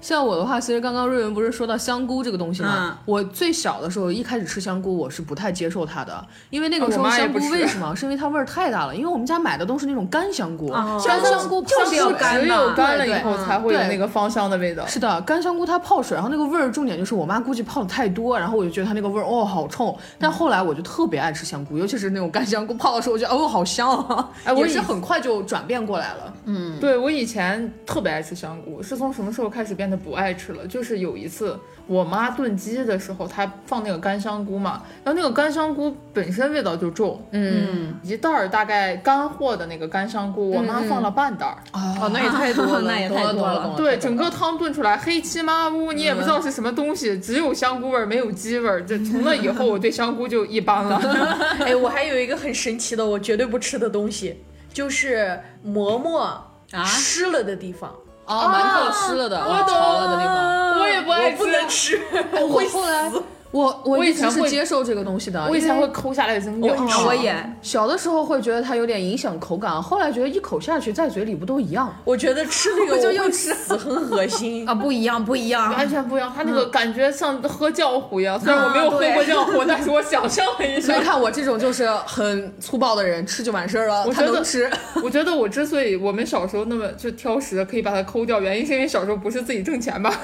Speaker 3: 像我的话，其实刚刚瑞文不是说到香菇这个东西吗？
Speaker 4: 嗯
Speaker 3: 我最小的时候，一开始吃香菇，我是不太接受它的，因为那个时
Speaker 5: 哦我
Speaker 3: 候
Speaker 5: 妈也
Speaker 3: 香
Speaker 5: 不
Speaker 3: 菇
Speaker 5: 吃
Speaker 3: 为什么？是因为它味儿太大了。因为我们家买的都是那种干香菇，干香菇泡
Speaker 4: 就是要
Speaker 3: 水
Speaker 4: 干
Speaker 5: 只有
Speaker 4: 的。
Speaker 5: 哦干了
Speaker 3: 对
Speaker 5: 以后才会有
Speaker 3: 对
Speaker 5: 那个芳香的味道。
Speaker 3: 是的，干香菇它泡水，然后那个味儿，重点就是我妈估计泡的太多，然后我就觉得它那个味儿哦好冲。但后来我就特别爱吃香菇，尤其是那种干香菇泡的时候，我觉得哦好香啊！
Speaker 5: 哎
Speaker 3: 也
Speaker 5: 我以嗯
Speaker 3: 是很快就转变过来了。
Speaker 5: 对我以前特别爱吃香菇，是从什么时候开始变得不爱吃了？就是有一次我妈炖鸡的时候，她放那个干香菇嘛，然后那个干香菇本身味道就重，嗯，一袋儿大概干货的那个干香菇，我妈放了半袋儿，啊
Speaker 3: 哦，那也太多了，
Speaker 4: 那也
Speaker 3: 懂
Speaker 4: 太
Speaker 3: 了
Speaker 4: 多
Speaker 3: 懂了
Speaker 4: 了
Speaker 3: 懂了。
Speaker 5: 对，
Speaker 3: 懂
Speaker 5: 整
Speaker 3: 了
Speaker 5: 个汤炖出来黑漆麻乌，你也不知道是什么东西，只有香菇味儿，没有鸡味儿。这从那以后，我对香菇就一般了。
Speaker 6: 哎，我还有一个很神奇的，我绝对不吃的东西，就是馍馍湿了的地方，
Speaker 3: 哦，馒头吃了
Speaker 5: 啊
Speaker 3: 的，我潮了的地方。
Speaker 5: 我也不爱
Speaker 6: 嗯我
Speaker 5: 吃，
Speaker 6: 不能吃，
Speaker 3: 我后来，我我
Speaker 5: 我以
Speaker 3: 一直
Speaker 5: 前
Speaker 3: 是
Speaker 5: 会
Speaker 3: 接受这个东西的，
Speaker 5: 我以前
Speaker 3: 因为
Speaker 5: 会抠下来扔掉。
Speaker 4: 啊我也
Speaker 3: 小的时候会觉得它有点影响口感，后来觉得一口下去在嘴里不都一样？
Speaker 6: 我觉得吃那个 我就又吃，很恶 心。
Speaker 4: 啊，不一样，不一样。
Speaker 5: 完全不一样，它那个感觉像喝浆糊一样。虽然我没有喝过浆糊，但是我想象了一
Speaker 3: 所
Speaker 5: 下
Speaker 3: 以。看我这种就是很粗暴的人，吃就完事儿了，
Speaker 5: 我
Speaker 3: 他
Speaker 5: 觉
Speaker 3: 能
Speaker 5: 得
Speaker 3: 吃。
Speaker 5: 我觉得我之所以我们小时候那么就挑食，可以把它抠掉，原因是因为小时候不是自己挣钱 吧？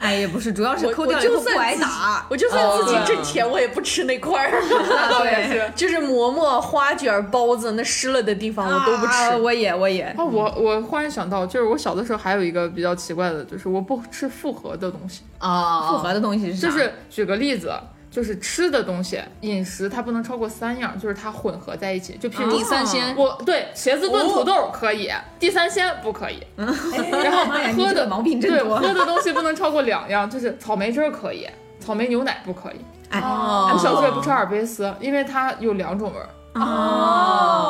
Speaker 4: 哎，也不是，主要是
Speaker 6: 我
Speaker 4: 抠
Speaker 6: 我
Speaker 4: 掉以
Speaker 6: 就
Speaker 4: 后不
Speaker 6: 算
Speaker 4: 挨
Speaker 6: 自己
Speaker 4: 打。啊
Speaker 6: 我就算自己挣钱，我也不吃那块 儿，
Speaker 5: 那倒也是。
Speaker 6: 就是馍馍、花卷、包子，那湿了的地方我都不
Speaker 4: 啊
Speaker 6: 吃。
Speaker 4: 我也，我也。
Speaker 5: 啊，我我忽然想到，就是我小的时候还有一个比较奇怪的，就是我不吃复合的东西。
Speaker 4: 复
Speaker 3: 啊，
Speaker 4: 合的东西是啥
Speaker 5: 就是举个例子，就是吃的东西，饮食它不能超过三样，就是它混合在一起。就
Speaker 4: 哦
Speaker 5: 譬如
Speaker 3: 第三鲜
Speaker 5: 我对茄子炖土豆可以，第三鲜不可以。然后
Speaker 4: 哎呀你
Speaker 5: 喝
Speaker 4: 这个
Speaker 5: 的
Speaker 4: 毛病真
Speaker 5: 对
Speaker 4: 多
Speaker 5: 喝的东西不能超过两样， 就是草莓汁儿可以，草莓牛奶不可以。
Speaker 4: 哎
Speaker 5: 我
Speaker 3: 哦
Speaker 5: 小时候也不吃阿尔卑斯，因为它有两种味儿。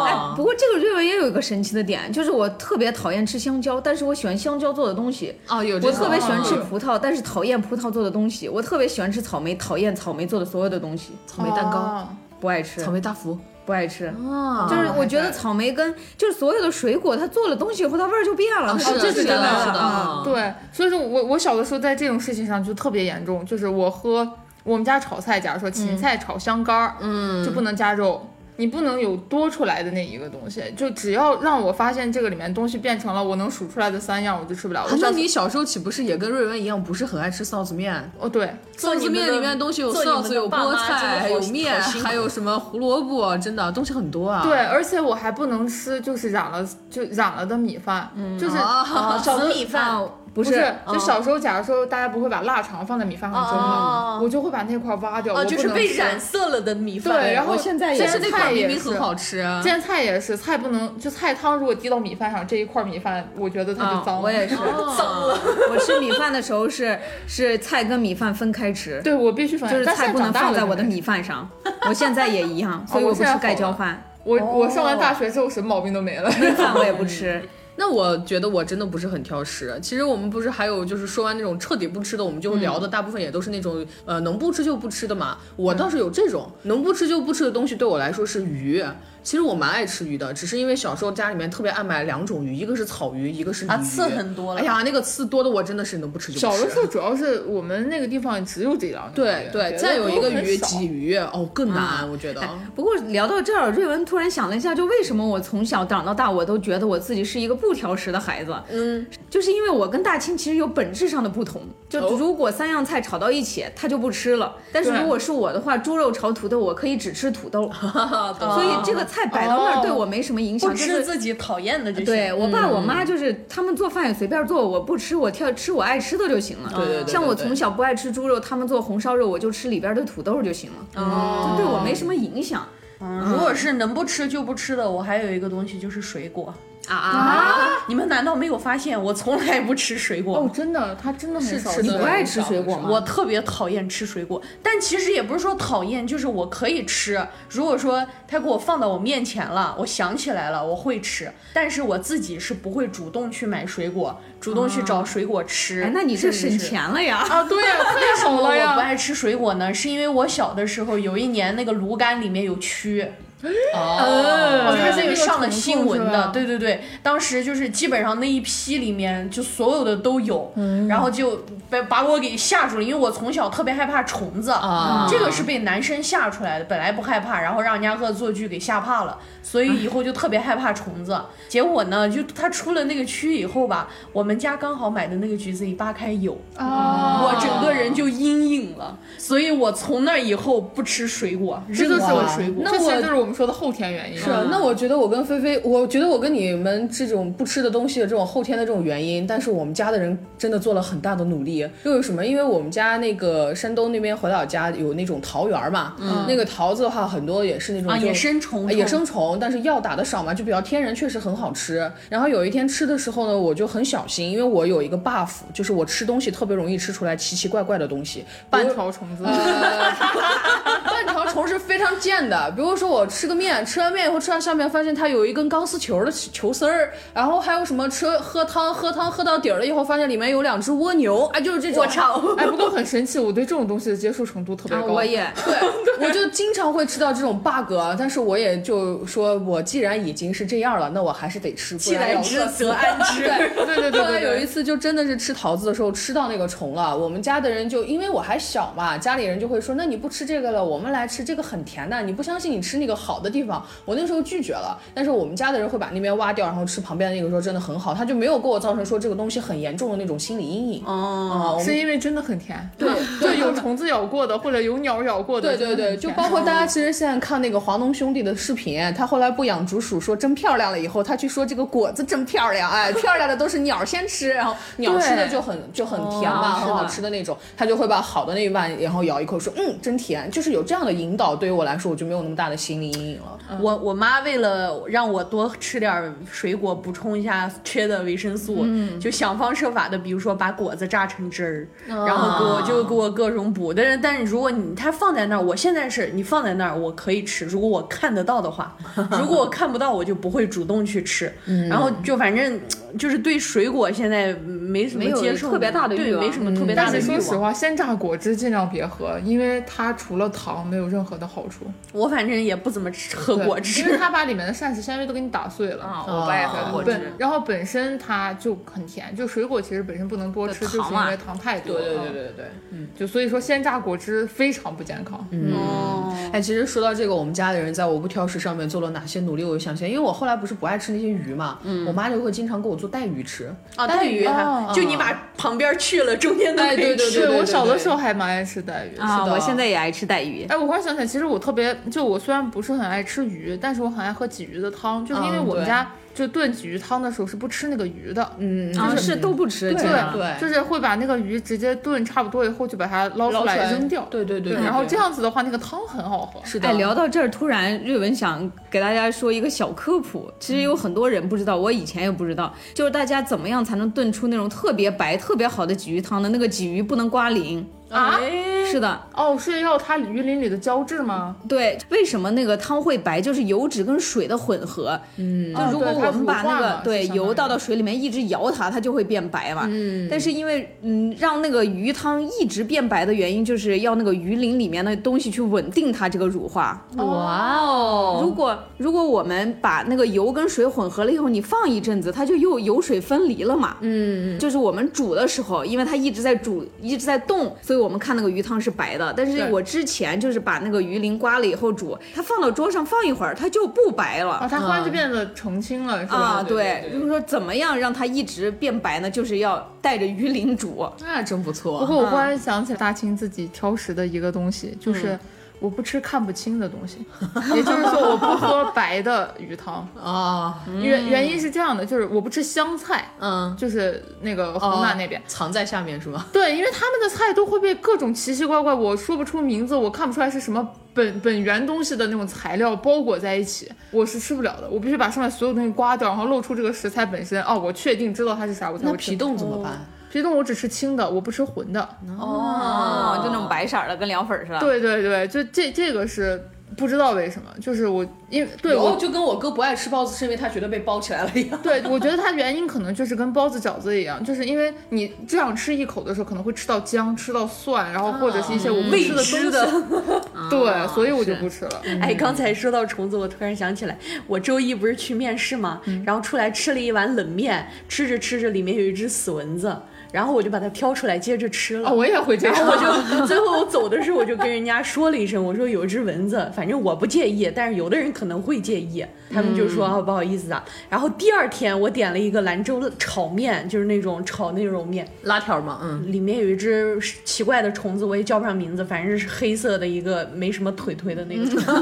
Speaker 4: 哎，不过这个瑞文也有一个神奇的点，就是我特别讨厌吃香蕉，但是我喜欢香蕉做的东西。
Speaker 3: 哦，有
Speaker 4: 我
Speaker 3: 这
Speaker 4: 特
Speaker 3: 种
Speaker 4: 别喜欢吃葡萄，但是讨厌葡萄做的东西。我特别喜欢吃草莓，讨厌草莓做的所有的东西，
Speaker 3: 草莓蛋糕、
Speaker 5: 啊
Speaker 4: 不爱吃
Speaker 3: 草，莓大福。
Speaker 4: 不爱吃。
Speaker 3: 哦
Speaker 4: 就是我觉得草莓跟就是所有的水果，它做了东西以后，它味儿就变了。哦
Speaker 3: 是的，
Speaker 5: 这哦是
Speaker 3: 哦是
Speaker 5: 真
Speaker 3: 的，
Speaker 5: 的嗯
Speaker 3: 是的。
Speaker 4: 啊
Speaker 3: 啊
Speaker 5: 对，所以说我我小的时候在这种事情上就特别严重，就是我喝我们家炒菜，假如说
Speaker 4: 嗯
Speaker 5: 芹菜炒香干儿，嗯，就不能加肉。你不能有多出来的那一个东西，就只要让我发现这个里面东西变成了我能数出来的三样，我就吃不了。我
Speaker 3: 啊那
Speaker 5: 上次
Speaker 3: 你小时候岂不是也跟瑞文一样，不是很爱吃臊子面？
Speaker 5: 哦对，
Speaker 3: 臊子面里面东西有
Speaker 6: 做你
Speaker 3: 臊
Speaker 6: 们的
Speaker 3: 子、有
Speaker 6: 爸
Speaker 3: 菠
Speaker 6: 妈真的
Speaker 3: 菜、
Speaker 6: 好
Speaker 3: 还有面，
Speaker 6: 好辛苦
Speaker 3: 还有什么胡萝卜，真的东西很多啊。
Speaker 5: 对，而且我还不能吃就是染了就染了的米饭，
Speaker 4: 嗯
Speaker 5: 就是、
Speaker 4: 哦
Speaker 3: 啊
Speaker 5: 小时候
Speaker 6: 米饭
Speaker 4: 啊，不
Speaker 5: 不
Speaker 4: 是
Speaker 5: 是，就小时候，假如说大家不会把腊肠放在米饭上蒸
Speaker 6: 哦
Speaker 5: 吗？我就会把那块挖掉，
Speaker 6: 哦，
Speaker 5: 我
Speaker 6: 就
Speaker 5: 不
Speaker 6: 是
Speaker 5: 能
Speaker 6: 被
Speaker 5: 吃
Speaker 6: 染色了的米饭。
Speaker 5: 对，然后
Speaker 3: 我现在也
Speaker 5: 煎
Speaker 3: 是那
Speaker 5: 菜
Speaker 3: 款明
Speaker 5: 也
Speaker 3: 明很
Speaker 5: 是
Speaker 3: 好吃啊。
Speaker 5: 煎菜也是，菜不能就菜汤如果滴到米饭上，这一块米饭我觉得它就脏
Speaker 4: 啊，
Speaker 5: 了。
Speaker 4: 我也是，
Speaker 6: 脏
Speaker 5: 哦
Speaker 6: 了，
Speaker 4: 我吃米饭的时候是是菜跟米饭分开吃，
Speaker 5: 对我必须反
Speaker 4: 就
Speaker 5: 正
Speaker 4: 是
Speaker 5: 但
Speaker 4: 菜
Speaker 5: 现
Speaker 4: 不
Speaker 5: 在
Speaker 4: 能
Speaker 5: 长大
Speaker 4: 放
Speaker 5: 了
Speaker 4: 在
Speaker 5: 就
Speaker 4: 我的
Speaker 5: 没
Speaker 4: 米饭上。我现在也一 样，所以我不
Speaker 5: 我现在
Speaker 4: 吃
Speaker 5: 好
Speaker 4: 盖浇
Speaker 5: 了
Speaker 4: 饭，
Speaker 5: 我我上完大学之后什么毛病都没了。
Speaker 4: 面饭我也不吃。
Speaker 3: 那我觉得我真的不是很挑食。其实我们不是还有就是说完那种彻底不吃的，我们就聊的大部分也都是那种、呃能不吃就不吃的嘛。我倒是有这种、能不吃就不吃的东西，对我来说是鱼。其实我蛮爱吃鱼的，只是因为小时候家里面特别爱买两种鱼，一个是草鱼，一个是鲤鱼。
Speaker 6: 啊刺很多了
Speaker 3: 哎呀，那个刺多的我真的是能不吃就不吃。
Speaker 5: 小的时候主要是我们那个地方只有这两种
Speaker 3: 对
Speaker 5: 鱼
Speaker 3: 对，
Speaker 5: 别的
Speaker 3: 再有一
Speaker 5: 都
Speaker 3: 个
Speaker 5: 很
Speaker 3: 鱼
Speaker 5: 少
Speaker 3: 鲫鱼哦更难，我觉得。
Speaker 4: 不过聊到这儿，瑞文突然想了一下，就为什么我从小长到大，我都觉得我自己是一个不挑食的孩子？嗯，就是因为我跟大清其实有本质上的不同。就
Speaker 3: 哦
Speaker 4: 如果三样菜炒到一起，他就不吃了；但是
Speaker 5: 对
Speaker 4: 如果是我的话，猪肉炒土豆，我可以只吃 土豆。所以这个菜摆到那
Speaker 3: 哦
Speaker 4: 儿对我没什么影响，
Speaker 6: 不
Speaker 4: 就
Speaker 6: 吃
Speaker 4: 是。
Speaker 6: 自己讨厌的就行。
Speaker 4: 对我
Speaker 3: 嗯
Speaker 4: 爸我妈就是他们做饭也随便做，我不吃，我挑吃我爱吃的就行了。
Speaker 3: 对对对对
Speaker 4: 像我
Speaker 3: 对
Speaker 4: 从小不
Speaker 3: 哦
Speaker 4: 爱吃猪肉，他们做红烧肉，我就吃里边的土豆就行了，就对我没什么影响。
Speaker 6: 嗯，如果是能不吃就不吃的，我还有一个东西就是水果。
Speaker 3: 啊啊！
Speaker 6: 你们难道没有发现我从来不吃水果吗？
Speaker 5: 哦，真的，他真的很少
Speaker 3: 是
Speaker 5: 吃。
Speaker 3: 的
Speaker 5: 你
Speaker 3: 不爱吃
Speaker 5: 水果
Speaker 6: 我特别讨厌吃水果，但其实也不是说讨厌，就是我可以吃。如果说他给我放到我面前了，我想起来了，我会吃。但是我自己是不会主动去买水果，主动去找水果吃。
Speaker 4: 哎，那你这
Speaker 6: 甚至
Speaker 4: 省
Speaker 6: 是
Speaker 4: 钱了呀！
Speaker 5: 啊，对呀，太少了
Speaker 6: 我不
Speaker 5: 呀。
Speaker 6: 爱吃水果呢，是因为我小的时候有一年那个芦柑里面有蛆，哦，
Speaker 5: 呃
Speaker 6: 它这个上了新闻
Speaker 5: 是吧
Speaker 6: 的，对对对，当时就是基本上那一批里面就所有的都有，
Speaker 5: 嗯
Speaker 6: 然后就把把我给吓住了，因为我从小特别害怕虫子
Speaker 3: 啊
Speaker 6: 这个是被男生吓出来的，本来不害怕，然后让人家恶作剧给吓怕了，所以以后就特别害怕虫子。结果呢，就它出了那个蛆以后吧，我们家刚好买的那个橘子一扒开有，
Speaker 5: 啊，
Speaker 6: 我整个人就阴影了，所以我从那以后不吃水果，
Speaker 5: 这
Speaker 6: 任
Speaker 5: 就是
Speaker 6: 何
Speaker 5: 我
Speaker 6: 水果。
Speaker 5: 这其实就是我们说的后天原因。
Speaker 3: 是啊，那我觉得我跟菲菲，我觉得我跟你们这种不吃的东西的这种后天的这种原因，但是我们家的人真的做了很大的努力。又有什么？因为我们家那个山东那边回老家有那种桃园儿嘛，那个桃子的话很多也是那种
Speaker 6: 嗯啊，
Speaker 3: 就
Speaker 6: 野生虫
Speaker 3: 啊，野生虫，但是药打的少嘛，就比较天然，确实很好吃。然后有一天吃的时候呢，我就很小心，因为我有一个 buff，就是我吃东西特别容易吃出来奇奇怪怪的东西。
Speaker 5: 半
Speaker 3: 比如
Speaker 5: 条 虫 子，
Speaker 3: 半条虫是非常贱的，比如说我吃个面，吃完面以后吃到下面发现它有一根钢丝球的球丝儿，然后还有什么吃喝汤，喝汤喝到底儿了以后发现里面有两只蜗牛， 哎，就是这种。我操！
Speaker 5: 哎，不过很神奇，我对这种东西的接受程度特别
Speaker 4: 啊
Speaker 5: 高
Speaker 4: 我。也，
Speaker 3: 对， 我就经常会吃到这种 bug，啊但是我也就说，我既然已经是这样了，那我还是得吃。既
Speaker 6: 来之则安之。
Speaker 5: 对对对
Speaker 3: 后来
Speaker 5: 对
Speaker 3: 有一
Speaker 5: 对，
Speaker 3: 次就真的是吃桃子的时候吃到那个虫了，我们家的人就因为我还小嘛，家里人就会说，那你不吃这个了，我们来吃这个很甜的，你不相信你吃那个好的地方，我那时候拒绝了，但是我们家的人会把那边挖掉，然后吃旁边的那个说真的很好，他就没有给我造成说这个东西很严重的那种心理阴影。哦、
Speaker 5: 是因为真的很甜。对 对，有虫子咬过的，或者有鸟咬过
Speaker 3: 对
Speaker 5: 的。
Speaker 3: 对对，
Speaker 5: 真的
Speaker 3: 就
Speaker 5: 很甜
Speaker 3: 包括大家其实现在看那个华农兄弟的视频，他后来不养竹鼠，说真漂亮了以后，他去说这个果子真漂亮，哎，漂亮的都是鸟先吃， 然后鸟吃的就很就很甜嘛，很好吃的那种，他就会把好的那一半，然后咬一口说，嗯，真甜，就是有这样的引导，对于我来说，我就没有那么大的心理阴影了。
Speaker 6: 我我妈为了让我多吃点儿水果，补充一下缺的维生素，
Speaker 5: 嗯
Speaker 6: 就想方设法的，比如说把果子榨成汁儿，
Speaker 5: 啊
Speaker 6: 然后给我就给我各种补。但是但是如果你它放在那儿，我现在是你放在那儿我可以吃，如果我看得到的话，如果我看不到我就不会主动去吃。然后就反正就是对水果现在没什么
Speaker 4: 没有
Speaker 6: 接受，
Speaker 4: 特别大的欲
Speaker 6: 对，
Speaker 4: 望
Speaker 6: 没什么特别大
Speaker 5: 嗯但
Speaker 6: 的
Speaker 5: 是说
Speaker 6: 欲望。
Speaker 5: 实话，鲜榨果汁尽量别喝，因为它除了糖没有任何的好处。
Speaker 6: 我反正也不怎么吃喝
Speaker 5: 对
Speaker 6: 果
Speaker 5: 因为
Speaker 6: 汁。
Speaker 5: 它把里面的膳食纤维都给你打碎了。嗯
Speaker 4: 啊，我不爱喝果
Speaker 5: 本
Speaker 4: 汁。
Speaker 5: 然后本身它就很甜，就水果其实本身不能多吃，
Speaker 4: 对
Speaker 5: 就是
Speaker 4: 糖
Speaker 5: 因
Speaker 4: 啊
Speaker 5: 为糖太多了。
Speaker 3: 对对。嗯
Speaker 5: 就所以说鲜榨果汁非常不健康。嗯，
Speaker 6: 哦，
Speaker 3: 哎，其实说到这个，我们家的人在我不挑食上面做了哪些努力，我就想起来，因为我后来不是不爱吃那些鱼嘛，我妈就会经常给我做带鱼吃。
Speaker 6: 啊，带鱼
Speaker 5: 哦
Speaker 6: 还，就你把旁边去了，中间都可
Speaker 3: 哎对
Speaker 6: 以
Speaker 3: 对
Speaker 6: 吃。
Speaker 3: 对对
Speaker 5: 我小的时候还蛮爱吃带鱼。
Speaker 4: 啊，
Speaker 3: 是的
Speaker 4: 我现在也爱吃带鱼。
Speaker 5: 哎，我忽然想起来，其实我特别，就我虽然不是很爱吃鱼，但是我很爱喝鲫鱼的汤，就是因为
Speaker 3: 嗯
Speaker 5: 我们
Speaker 3: 对
Speaker 5: 家就炖鲫鱼汤的时候是不吃那个鱼的，
Speaker 3: 嗯，
Speaker 4: 啊，是都不吃，这样
Speaker 3: 对
Speaker 5: 就是会把那个鱼直接炖差不多以后就把它捞
Speaker 3: 捞
Speaker 5: 出
Speaker 3: 出
Speaker 5: 来
Speaker 3: 来
Speaker 5: 扔掉，
Speaker 3: 对对对
Speaker 5: 对
Speaker 3: 对
Speaker 5: 然后
Speaker 3: 对
Speaker 5: 这样子的话，那个汤很好喝。
Speaker 3: 是的。
Speaker 4: 哎，聊到这儿，突然瑞文想给大家说一个小科普，其实有很多人不知道，我以前也不知道，就是大家怎么样才能炖出那种特别白、特别好的鲫鱼汤的？那个鲫鱼不能刮鳞。
Speaker 5: 啊，
Speaker 3: 哎
Speaker 4: 是的，
Speaker 5: 哦，是要它鱼鳞里的胶质吗？
Speaker 4: 对，为什么那个汤会白？就是油脂跟水的混合。嗯，就
Speaker 5: 哦
Speaker 4: 如果
Speaker 5: 对它
Speaker 4: 我们把
Speaker 5: 乳
Speaker 4: 那
Speaker 5: 化
Speaker 4: 个
Speaker 5: 嘛
Speaker 4: 对
Speaker 5: 是相当于
Speaker 4: 油倒到水里面一直摇它，它就会变白嘛。嗯，但是因为嗯让那个鱼汤一直变白的原因，就是要那个鱼鳞里面的东西去稳定它这个乳化。
Speaker 5: 哇，
Speaker 4: 如果如果我们把那个油跟水混合了以后，你放一阵子，它就又油水分离了嘛。嗯，就是我们煮的时候，因为它一直在煮，一直在动，所以我们看那个鱼汤是白的。但是
Speaker 5: 对
Speaker 4: 我之前就是把那个鱼鳞刮了以后煮，它放到桌上放一会儿，它就不白了。
Speaker 5: 啊，它忽然
Speaker 3: 嗯
Speaker 5: 就变得澄清了，是吧？
Speaker 4: 啊，对，就是说怎么样让它一直变白呢？就是要带着鱼鳞煮。
Speaker 3: 那真不
Speaker 5: 不
Speaker 3: 错。嗯
Speaker 5: 过我忽然想起来大清自己挑食的一个东西，就是我不吃看不清的东西，也就是说我不喝白的鱼汤。
Speaker 3: 啊，
Speaker 5: 原原因是这样的，就是我不吃香菜，
Speaker 3: 嗯，
Speaker 5: 就是那个湖南那边。
Speaker 3: 哦藏在下面是吗？
Speaker 5: 对，因为他们的菜都会被各种奇奇怪怪，我说不出名字，我看不出来是什么本本源东西的那种材料包裹在一起，我是吃不了的。我必须把上面所有东西刮掉，然后露出这个食材本身。哦，我确定知道它是啥，我才
Speaker 3: 那哦
Speaker 5: 会吃
Speaker 3: 皮。冻怎嗯么办？
Speaker 5: 皮冻我只吃青的，我不吃浑的。
Speaker 4: 哦，就那种白色儿的，跟凉粉儿似的。，
Speaker 5: 对对对，就这这个是不知道为什么，就是我因为对
Speaker 3: 然后
Speaker 5: 我
Speaker 3: 就跟我哥不爱吃包子，是因为他觉得被包起来了一样。
Speaker 5: 对，我觉得它原因可能就是跟包子、饺子一样，就是因为你这样吃一口的时候，可能会吃到姜、吃到蒜，然后或者是一些我不
Speaker 6: 嗯未
Speaker 5: 吃的东西。
Speaker 6: 知 的。
Speaker 5: 对，所以我就不吃了。
Speaker 6: 哎，刚才说到虫子，我突然想起来，我周一不是去面试嘛，然后出来吃了一碗冷面，吃着吃着里面有一只死蚊子，然后我就把它挑出来接着吃了。
Speaker 5: 啊，我也会这样，
Speaker 6: 然后我就最后我走的时候，我就跟人家说了一声，我说有一只蚊子，反正我不介意，但是有的人可能会介意。他们就
Speaker 3: 嗯
Speaker 6: 说、啊不好意思啊。然后第二天我点了一个兰州炒面，就是那种炒那种面，
Speaker 3: 拉条嘛，嗯，
Speaker 6: 里面有一只奇怪的虫子，我也叫不上名字，反正是黑色的一个没什么腿腿的那个虫 子。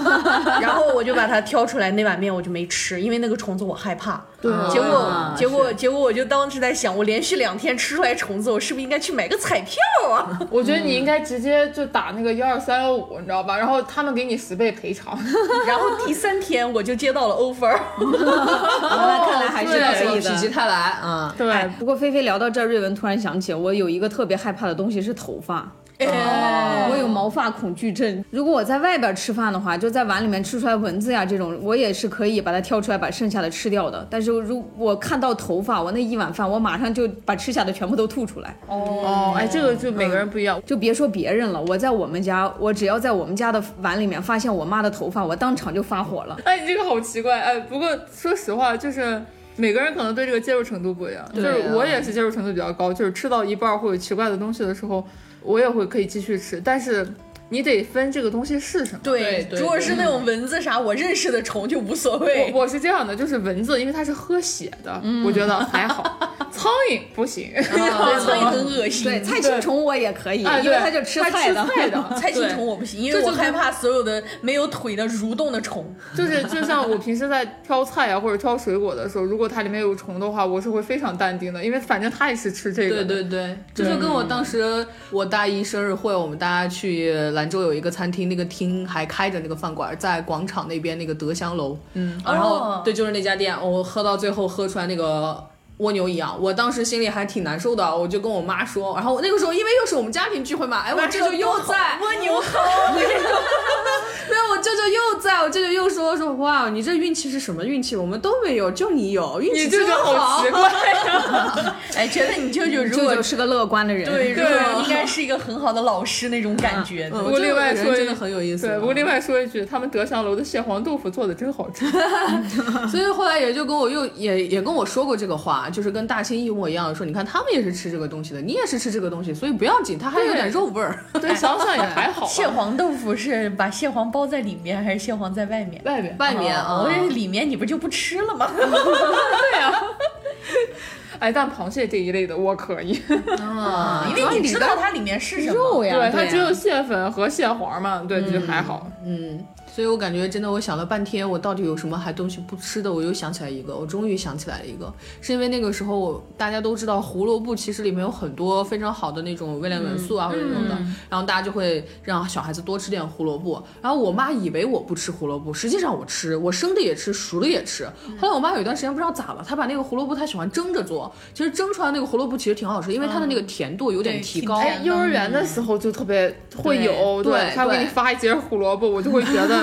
Speaker 6: 然后我就把它挑出来，那碗面我就没吃，因为那个虫子我害怕。对，
Speaker 3: 啊
Speaker 6: 结果、结果结果我就当时在想，我连续两天吃出来虫子，我是不是应该去买个彩票啊？
Speaker 5: 我觉得你应该直接就打那个幺二三幺五，你知道吧？然后他们给你十倍赔偿。
Speaker 6: 然后第三天我就接到了 offer，
Speaker 4: 啊那看来还是可以
Speaker 3: 否极
Speaker 4: 的。
Speaker 3: 泰来啊。嗯
Speaker 4: 哎，不过菲菲聊到这儿，瑞文突然想起，我有一个特别害怕的东西是头发。
Speaker 6: 哎
Speaker 4: 我有毛发恐惧症。如果我在外边吃饭的话，就在碗里面吃出来蚊子呀这种，我也是可以把它挑出来，把剩下的吃掉的。但是如我看到头发，我那一碗饭，我马上就把吃下的全部都吐出来。
Speaker 5: 哦，哎，这个就每个人不一样。
Speaker 4: 就别说别人了，我在我们家，我只要在我们家的碗里面发现我妈的头发，我当场就发火了。
Speaker 5: 哎，你这个好奇怪。哎，不过说实话，就是。每个人可能对这个接受程度不一样，就
Speaker 3: 啊
Speaker 5: 是我也是接受程度比较高，就是吃到一半儿或者奇怪的东西的时候，我也会可以继续吃，但是你得分这个东西是什么。
Speaker 6: 对
Speaker 3: 对
Speaker 6: 如果是那种蚊子啥我认识的虫就无所谓。
Speaker 5: 我我是这样的，就是蚊子，因为它是喝血的，
Speaker 3: 嗯
Speaker 5: 我觉得还好。苍蝇 不行，
Speaker 6: 对所以很恶心。
Speaker 4: 对，菜青虫我也可以，
Speaker 5: 哎
Speaker 4: 因为
Speaker 5: 对
Speaker 4: 它就吃
Speaker 5: 它
Speaker 4: 菜的。
Speaker 5: 菜的，
Speaker 6: 菜青虫我不行，因为我害怕所有的没有腿的蠕动的虫。
Speaker 5: 就是就像我平时在挑菜啊或者挑水果的时候，如果它里面有虫的话，我是会非常淡定的，因为反正它也是吃这个
Speaker 3: 对
Speaker 5: 的。
Speaker 3: 对对，这就跟我当时我大一生日会，我们大家去兰州有一个餐厅，那个厅还开着那个饭馆，在广场那边那个德香楼，嗯，然后、
Speaker 6: 哦
Speaker 3: 对，就是那家店，我喝到最后喝出来那个。蜗牛一样，我当时心里还挺难受的，我就跟我妈说，然后我那个时候因为又是我们家庭聚会嘛，哎，我舅舅又在，
Speaker 6: 蜗牛头，
Speaker 3: 没有，我舅舅又在，我舅舅又说说，哇，你这运气是什么运气？我们都没有，就你有，运气
Speaker 5: 你这
Speaker 3: 真
Speaker 5: 个好
Speaker 3: 好
Speaker 5: 奇。怪，
Speaker 6: 哎，觉得你舅舅如
Speaker 4: 舅
Speaker 6: 果
Speaker 4: 舅是个乐观的人，
Speaker 6: 对，啊如果应该是一个很好的老师那种感觉。
Speaker 3: 嗯
Speaker 5: 不过另外
Speaker 3: 这
Speaker 5: 说
Speaker 3: 个人
Speaker 5: 一
Speaker 3: 真的很有意思。
Speaker 5: 对，不过另外说一句，他们德香楼的蟹黄豆腐做的真 好吃。
Speaker 3: 所以后来也就跟我又也也跟我说过这个话，就是跟大清一模一样，说你看他们也是吃这个东西的，你也是吃这个东西，所以不要紧，它还有点肉味儿。
Speaker 5: 对，想想也还好吧。啊
Speaker 6: 蟹黄豆腐是把蟹黄包在里面，还是蟹黄在外面？
Speaker 5: 外面
Speaker 3: 外面啊
Speaker 6: 哦，我，这里面你不就不吃了吗？
Speaker 5: 哎，但螃蟹这一类的我可 以，
Speaker 6: 因为你啊知道它里面是什么。
Speaker 4: 肉呀，
Speaker 3: 啊
Speaker 5: 对，它
Speaker 4: 呀
Speaker 5: 只有蟹粉和蟹黄嘛，对，就还好。
Speaker 3: 嗯，所以我感觉真的，我想了半天，我到底有什么还东西不吃的，我又想起来一个，我终于想起来了一个，是因为那个时候大家都知道胡萝卜其实里面有很多非常好的那种微量元素啊、或者那种的，然后大家就会让小孩子多吃点胡萝卜。然后我妈以为我不吃胡萝卜，实际上我吃，我生的也吃，熟的也吃。后来我妈有一段时间不知道咋了，她把那个胡萝卜她喜欢蒸着做，其实蒸出来那个胡萝卜其实挺好吃，因为它的那个甜度有点提高。
Speaker 5: 哎，幼儿园的时候就特别会
Speaker 3: 嗯
Speaker 5: 有，
Speaker 3: 对对
Speaker 5: 他会给你发一节胡萝卜，我就会觉得，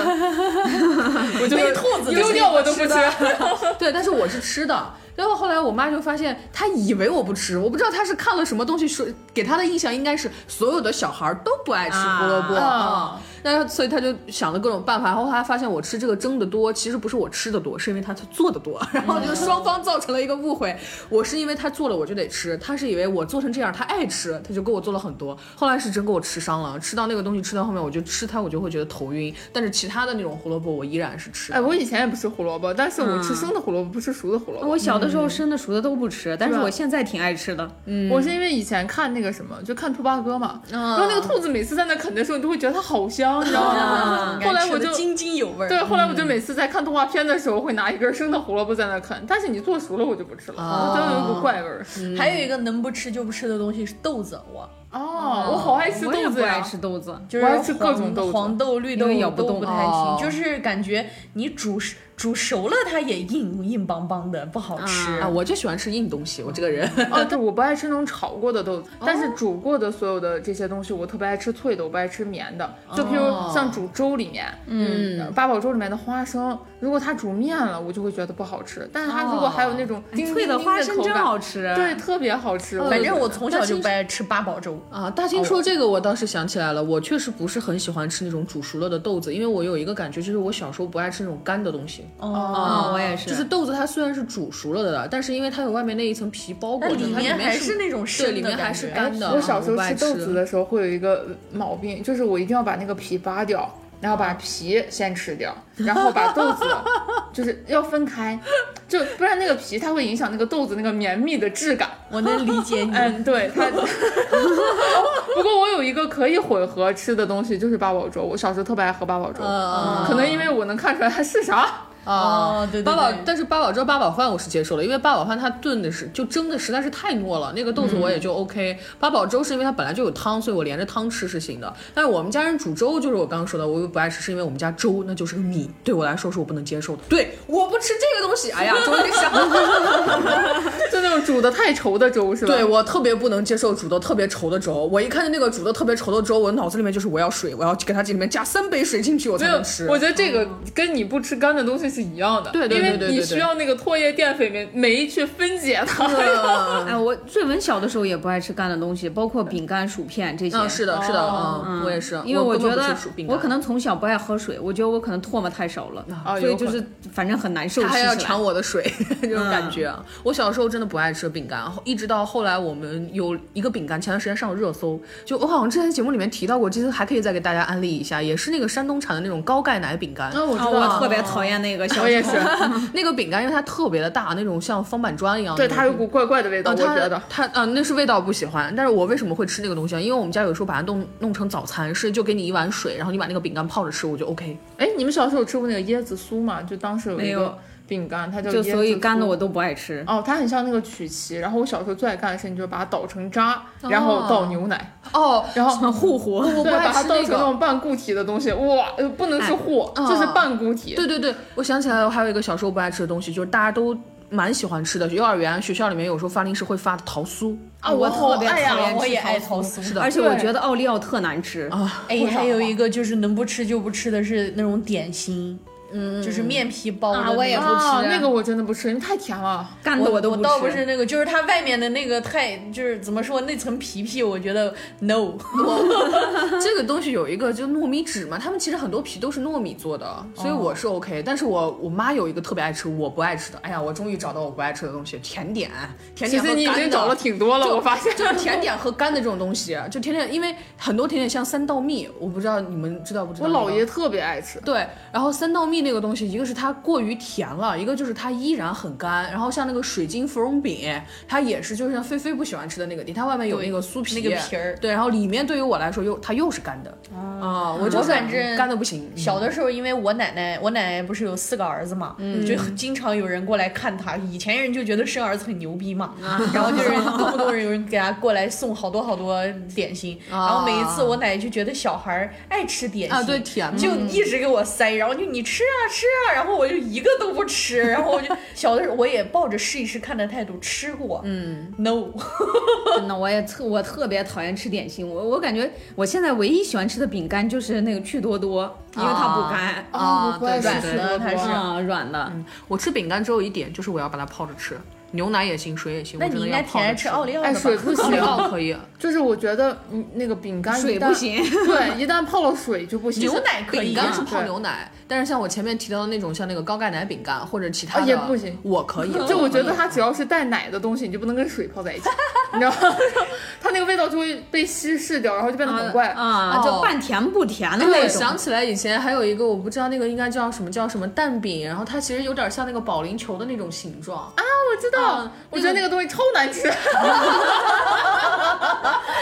Speaker 5: 我就会
Speaker 6: 兔子
Speaker 5: 丢掉我都不吃。
Speaker 3: 对，但是我是吃的。然后后来我妈就发现，她以为我不吃，我不知道她是看了什么东西说，给她的印象应该是所有的小孩儿都不爱吃胡萝卜啊。那、所以她就想了各种办法，然后她发现我吃这个蒸的多，其实不是我吃的多，是因为她做的多，然后就双方造成了一个误会。我是因为她做了我就得吃，她是以为我做成这样她爱吃，她就给我做了很多。后来是真给我吃伤了，吃到那个东西吃到后面，我就吃它我就会觉得头晕，但是其他的那种胡萝卜我依然是吃的。
Speaker 5: 哎，我以前也不吃胡萝卜，但是我
Speaker 4: 嗯
Speaker 5: 吃生的胡萝卜，不吃熟的胡萝卜。
Speaker 4: 我小的时候生的熟的都不吃，但是我现在挺爱吃的。嗯
Speaker 5: 我是因为以前看那个什么，就看兔八哥嘛，然后那个兔子每次在那啃的时候，你就会觉得它好香香，你知
Speaker 4: 嗯
Speaker 5: 道
Speaker 6: 哎
Speaker 5: 吗？后来我就
Speaker 6: 津津有味儿。
Speaker 5: 对，后来我就每次在看动画片的时候会拿一根生的胡萝卜在那看，但是你做熟了我就不吃了，我真的
Speaker 4: 哦
Speaker 5: 有一股怪味儿。
Speaker 4: 嗯
Speaker 6: 还有一个能不吃就不吃的东西是豆子，我
Speaker 5: 哦，我好爱
Speaker 4: 嗯
Speaker 5: 吃
Speaker 4: 我也
Speaker 5: 豆子
Speaker 4: 不爱
Speaker 5: 呀！
Speaker 4: 吃豆子，
Speaker 6: 就
Speaker 5: 我爱
Speaker 6: 是
Speaker 5: 吃各种
Speaker 6: 黄
Speaker 5: 豆子
Speaker 6: 黄豆、绿豆
Speaker 4: 因为咬不
Speaker 6: 都
Speaker 4: 动
Speaker 6: 不太行，
Speaker 4: 哦
Speaker 6: 就是感觉你煮熟煮熟了它也硬硬邦邦的，不好吃。
Speaker 3: 啊，我就喜欢吃硬东西，我这个人。
Speaker 4: 嗯
Speaker 5: 哦，对，我不爱吃那种炒过的豆子，但是煮过的所有的这些东西，我特别爱吃脆的，我不爱吃绵的。就譬如像煮粥里面，嗯，八宝粥里面的花生，如果它煮面了，我就会觉得不好吃。但是它如果还有那种
Speaker 4: 哎
Speaker 5: 丁
Speaker 4: 脆的
Speaker 5: 丁丁
Speaker 4: 花生
Speaker 5: 口
Speaker 4: 真
Speaker 5: 感
Speaker 4: 好吃。
Speaker 5: 对，，特别好吃。
Speaker 6: 反正我从小
Speaker 3: 那
Speaker 6: 就
Speaker 3: 其
Speaker 6: 不爱吃八宝粥，
Speaker 3: 啊，大
Speaker 4: 哦
Speaker 3: 金说这个我倒是想起来了，我确实不是很喜欢吃那种煮熟了的豆子，因为我有一个感觉，就是我小时候不爱吃那种干的东西。啊
Speaker 4: 哦，我也是，
Speaker 3: 就是豆子它虽然是煮熟了的，但是因为它有外面那一层皮包裹
Speaker 6: 但
Speaker 3: 着，
Speaker 6: 里
Speaker 3: 它
Speaker 6: 面还
Speaker 3: 是
Speaker 6: 是那种
Speaker 3: 对，
Speaker 6: 生
Speaker 3: 里
Speaker 6: 的
Speaker 3: 面还
Speaker 6: 感
Speaker 3: 是
Speaker 6: 觉。
Speaker 3: 干的。
Speaker 5: 哎我小时候
Speaker 3: 不爱
Speaker 5: 吃
Speaker 3: 吃
Speaker 5: 豆子的时候会有一个毛病，就是我一定要把那个皮扒掉，然后把皮先吃掉，然后把豆子就是要分开，就不然那个皮它会影响那个豆子那个绵密的质感。
Speaker 6: 我能理解 你，
Speaker 4: 哎
Speaker 5: 嗯， 对它。不过我有一个可以混合吃的东西，就是八宝粥。我小时候特别爱喝八宝
Speaker 3: 嗯
Speaker 5: 粥，可能因为我能看出来它是啥。
Speaker 6: 哦
Speaker 3: 啊，
Speaker 6: 对对
Speaker 3: 八宝
Speaker 6: 对，
Speaker 3: 但是八宝粥、八宝饭我是接受了，因为八宝饭它炖的是就蒸的实在是太糯了，那个豆子我也就 OK。八宝粥是因为它本来就有汤，所以我连着汤吃是行的。但是我们家人煮粥，就是我刚刚说的，我又不爱吃，是因为我们家粥那就是个米，对我来说是我不能接受的。对，我不吃这个东西，哎呀，终于想到了。
Speaker 5: 就那种煮的太稠的粥是吧？
Speaker 3: 对我特别不能接受煮的特别稠的粥，我一看见那个煮的特别稠的粥，我脑子里面就是我要水，我要给它这里面加三杯水进去我才
Speaker 5: 没有
Speaker 3: 能吃，。嗯
Speaker 5: 我觉得这个跟你不吃干的东西是一样的，
Speaker 3: 对对对
Speaker 5: 因
Speaker 3: 对
Speaker 5: 为
Speaker 3: 对
Speaker 5: 你
Speaker 3: 对
Speaker 5: 需要那个唾液淀粉酶酶去分解它。
Speaker 3: 嗯
Speaker 4: 哎，我最文小的时候也不爱吃干的东西，包括饼干、薯片这些。
Speaker 3: 嗯，是的，是的，嗯，我也是，
Speaker 4: 因为我
Speaker 3: 我
Speaker 4: 觉
Speaker 3: 根本
Speaker 4: 得
Speaker 3: 不吃薯饼干
Speaker 4: 我可能从小不爱喝水，我觉得我可能唾沫太少了，
Speaker 5: 啊
Speaker 4: 所以
Speaker 5: 有
Speaker 4: 就
Speaker 5: 可能
Speaker 4: 是反正很难受。
Speaker 3: 他还要
Speaker 4: 吃起来
Speaker 3: 抢我的 水，这种感觉。
Speaker 5: 嗯
Speaker 3: 我小时候真的不爱吃饼干，一直到后来我们有一个饼干，前段时间上了热搜，就我好像之前节目里面提到过，这次还可以再给大家安利一下，也是那个山东产的那种高钙奶饼干。
Speaker 5: 我
Speaker 4: 啊，我特别讨厌那个小时候。
Speaker 5: 我也是，
Speaker 3: 那个饼干因为它特别的大，那种像方板砖一样的
Speaker 5: 对
Speaker 3: 那种。
Speaker 5: 它有股怪怪的味道，
Speaker 3: 啊，
Speaker 5: 我觉得
Speaker 3: 它。它啊、那是味道不喜欢。但是我为什么会吃那个东西啊？因为我们家有时候把它弄弄成早餐，是就给你一碗水，然后你把那个饼干泡着吃，我就 OK。
Speaker 5: 哎，你们小时候有吃过那个椰子酥吗？就当时有
Speaker 4: 没
Speaker 5: 一
Speaker 4: 有
Speaker 5: 个饼干，它叫椰
Speaker 4: 就
Speaker 5: 子
Speaker 4: 所以
Speaker 5: 酥
Speaker 4: 干的我都不爱吃。
Speaker 5: 哦，它很像那个曲奇。然后我小时候最爱干的事情就是把它捣成渣，然后倒牛奶，
Speaker 3: 哦，
Speaker 5: 然后。
Speaker 4: 护活，
Speaker 3: 我不
Speaker 5: 啊对，
Speaker 3: 爱
Speaker 5: 把它
Speaker 3: 吃
Speaker 5: 倒
Speaker 3: 那
Speaker 5: 成那
Speaker 3: 个。
Speaker 5: 种半固体的东西，哇，呃不能是糊，
Speaker 3: 哎
Speaker 5: 这是
Speaker 3: 啊
Speaker 5: 半固体。
Speaker 3: 对对对，我想起来了，我还有一个小时候不爱吃的东西，就是大家都蛮喜欢吃的，幼儿园学校里面有时候发零食会发的桃酥。
Speaker 5: 啊，我
Speaker 6: 特别
Speaker 5: 哎呀
Speaker 6: 讨厌我也爱桃酥
Speaker 3: 是的，
Speaker 4: 而且我
Speaker 5: 对
Speaker 4: 觉得奥利奥特难吃。
Speaker 6: 哎，还有一个就是能不吃就不吃的是那种点心，嗯，就是面皮包的那
Speaker 4: 啊
Speaker 6: 种、
Speaker 4: 我也不吃
Speaker 5: 啊，那个我真的不吃，因为太甜了。
Speaker 4: 干的
Speaker 6: 我
Speaker 4: 都
Speaker 6: 我
Speaker 4: 不
Speaker 6: 倒
Speaker 4: 吃
Speaker 6: 不是那个，就是它外面的那个太，就是怎么说那层皮皮，我觉得 no。
Speaker 3: 这个东西有一个就糯米纸嘛，他们其实很多皮都是糯米做的，所以我
Speaker 4: 哦
Speaker 3: 是 OK。但是我我妈有一个特别爱吃，我不爱吃的。哎呀，我终于找到我不爱吃的东西，甜点，甜
Speaker 5: 其
Speaker 3: 点和
Speaker 5: 实你已
Speaker 3: 干
Speaker 5: 经
Speaker 3: 的
Speaker 5: 找了挺多了，我发现。
Speaker 3: 就是甜点和干的这种东西，就甜点，因为很多甜点像三道蜜，我不知道你们知道不知道
Speaker 5: 我
Speaker 3: 那个。
Speaker 5: 姥爷特别爱吃，
Speaker 3: 对，然后三道蜜那个东西，一个是它过于甜了，一个就是它依然很干。然后像那个水晶芙蓉饼，它也是，就是像菲菲不喜欢吃的那个底，它外面有那个酥皮，
Speaker 6: 那个皮儿
Speaker 3: 对，然后里面对于我来说又它又是干的啊，我就是
Speaker 6: 我反正
Speaker 3: 干的不行。
Speaker 6: 小的时候，因为我奶奶，我奶奶不是有四个儿子嘛，
Speaker 3: 嗯
Speaker 6: 就经常有人过来看她。以前人就觉得生儿子很牛逼嘛，
Speaker 3: 啊
Speaker 6: 然后 就是动不动有人给她过来送好多好多点心，然后每一次我奶奶就觉得小孩儿爱吃点心
Speaker 3: 啊对甜嘛
Speaker 6: 就一直给我塞，然后就你吃啊吃啊，然后我就一个都不吃，然后我就小的时候我也抱着试一试看的态度吃过，嗯，no，
Speaker 4: 真的，我也特我特别讨厌吃点心。我我感觉我现在唯一喜欢吃的饼干就是那个趣多多，因为它不干，
Speaker 5: 啊
Speaker 3: 啊，
Speaker 5: 我不爱
Speaker 3: 对
Speaker 5: 吃
Speaker 3: 对
Speaker 6: 吃
Speaker 3: 对，
Speaker 6: 的它是
Speaker 4: 嗯，软的。
Speaker 3: 我吃饼干只有一点，就是我要把它泡着吃，牛奶也行，水也行。
Speaker 6: 那
Speaker 3: 我真
Speaker 6: 你
Speaker 3: 的
Speaker 6: 应
Speaker 3: 要
Speaker 6: 该
Speaker 3: 泡
Speaker 6: 挺
Speaker 3: 着
Speaker 6: 爱
Speaker 3: 吃哦
Speaker 6: 吃奥利奥的
Speaker 5: 哎，
Speaker 6: 吧？
Speaker 5: 水不
Speaker 3: 奥 利
Speaker 5: 行，
Speaker 3: 奥可以，
Speaker 5: 就是我觉得嗯那个饼干
Speaker 4: 水
Speaker 5: 一旦
Speaker 4: 不行
Speaker 5: 对，一旦泡了水就不行。
Speaker 6: 牛奶可以
Speaker 3: 饼
Speaker 6: 啊
Speaker 3: 干是泡牛奶，但是像我前面提到的那种，像那个高钙奶饼干或者其他
Speaker 5: 啊
Speaker 3: 的，
Speaker 5: 也不行
Speaker 3: 我可以， 哎
Speaker 5: 就我觉得它只要是带奶的东西，你就不能跟水泡在一起，你知道吗？ 它那个味道就会被稀释掉，然后就变得很怪。
Speaker 4: 啊，
Speaker 3: 哦
Speaker 4: 就半甜不甜的
Speaker 3: 对，
Speaker 4: 那
Speaker 3: 我
Speaker 4: 种。
Speaker 3: 想起来以前还有一个，我不知道那个应该叫什么，叫什么蛋饼，然后它其实有点像那个保龄球的那种
Speaker 5: 啊
Speaker 3: 形状。
Speaker 5: 我知道，我觉得那个东西超难吃。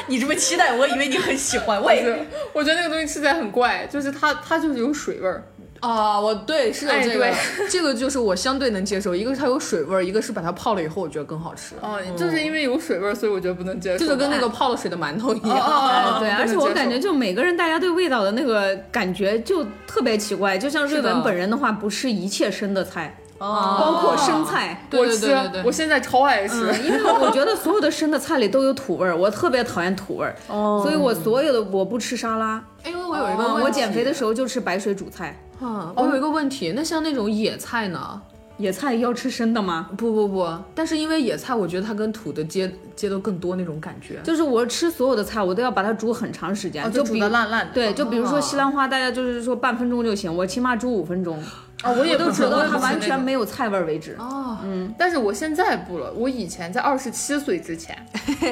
Speaker 6: 你这么期待，我以为你很喜欢。我也
Speaker 5: 是我觉得那个东西吃起来很怪，就是它它就是有水味儿。
Speaker 3: 啊，我对是有
Speaker 5: 哎
Speaker 3: 这个，
Speaker 5: 对
Speaker 3: 这个就是我相对能接受。一个是它有水味儿，一个是把它泡了以后我觉得更好 吃，
Speaker 5: 哦，就是因为有水味儿，所以我觉得不能接受。
Speaker 3: 这就跟那个泡了水的馒头一
Speaker 5: 哦哦
Speaker 3: 样。
Speaker 5: 哦哦
Speaker 4: 对，而且我感觉就每个人大家对味道的那个感觉就特别奇怪，就像瑞
Speaker 3: 是的
Speaker 4: 文本人的话，不是一切生的菜，
Speaker 6: 哦，
Speaker 4: 包括生菜。
Speaker 5: 我
Speaker 3: 对对
Speaker 5: 吃
Speaker 3: 对对，哎
Speaker 5: 我
Speaker 3: 对，
Speaker 5: 现在超爱吃。
Speaker 3: 哦
Speaker 4: 嗯，因为我觉得所有的生的菜里都有土味儿，我特别讨厌土味儿，所以我所有的我不吃沙拉。
Speaker 3: 因为我哦有一个
Speaker 5: 哦
Speaker 4: 嗯，
Speaker 3: 问题，
Speaker 4: 我减肥的时候就吃白水煮菜，
Speaker 3: 啊，我有一个问题，那像那种野菜呢？
Speaker 4: 野菜要吃生的吗？
Speaker 3: 不不不，但是因为野菜，我觉得它跟土的接接的更多那种感觉。
Speaker 4: 就是我吃所有的菜，我都要把它煮很长时
Speaker 3: 哦
Speaker 4: 间，
Speaker 6: 就
Speaker 4: 比
Speaker 6: 煮的烂烂的。
Speaker 4: 对，就比如说西兰花，大家就是说半分钟就行，我起码煮五 分钟，
Speaker 3: 啊，我也
Speaker 4: 都
Speaker 3: 知
Speaker 4: 煮
Speaker 3: 道
Speaker 4: 到它完全没有菜味儿为止。
Speaker 3: 哦，
Speaker 5: 但是我现在不了，我以前在二十七岁之前，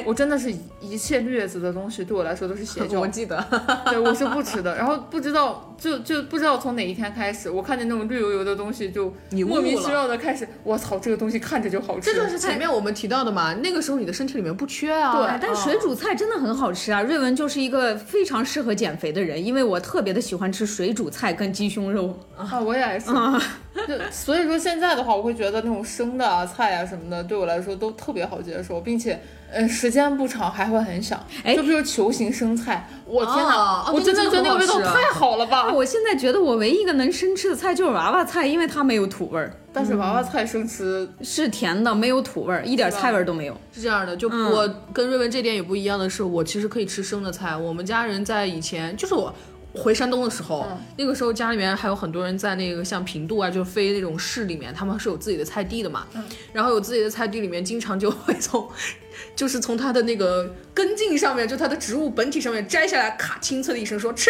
Speaker 5: 我真的是一一切劣质的东西对我来说都是邪 教
Speaker 3: 我，记得，
Speaker 5: 对我是不吃的。然后不知道就就不知道从哪一天开始，我看见那种绿油油的东西就
Speaker 3: 你
Speaker 5: 莫
Speaker 3: 悟
Speaker 5: 名
Speaker 3: 了
Speaker 5: 其妙的开始，我操，这个东西看着就好吃。
Speaker 3: 这就是前面我们提到的嘛。那个时候你的身体里面不缺啊，
Speaker 4: 哎，但水煮菜真的很好吃啊！瑞文就是一个非常适合减肥的人，因为我特别的喜欢吃水煮菜跟鸡胸肉。
Speaker 5: 啊，我也爱吃。就所以说现在的话，我会觉得那种生的啊、菜啊什么的，对我来说都特别好接受，并且，呃，时间不长还会很想。
Speaker 4: 哎
Speaker 5: 就比如球形生菜，我天
Speaker 3: 哦
Speaker 5: 哪，
Speaker 3: 哦
Speaker 5: 我
Speaker 3: 那个
Speaker 5: 真的
Speaker 3: 真
Speaker 5: 觉
Speaker 3: 的
Speaker 5: 得那个
Speaker 3: 很
Speaker 5: 味
Speaker 3: 好
Speaker 5: 道
Speaker 3: 吃啊
Speaker 5: 太好了吧！
Speaker 4: 我现在觉得我唯一一个能生吃的菜就是娃娃菜，因为它没有土味儿，
Speaker 5: 但是娃娃菜生 吃，
Speaker 4: 是甜的，没有土味儿，一点菜味儿都没有。
Speaker 3: 是这样的，就
Speaker 4: 嗯
Speaker 3: 我跟瑞文这点也不一样的是，我其实可以吃生的菜。我们家人在以前就是我。回山东的时候，那个时候家里面还有很多人在那个像平度啊，就是非那种市里面，他们是有自己的菜地的嘛。然后有自己的菜地里面，经常就会从，就是从它的那个根茎上面，就它的植物本体上面摘下来，咔清脆的一声说 吃，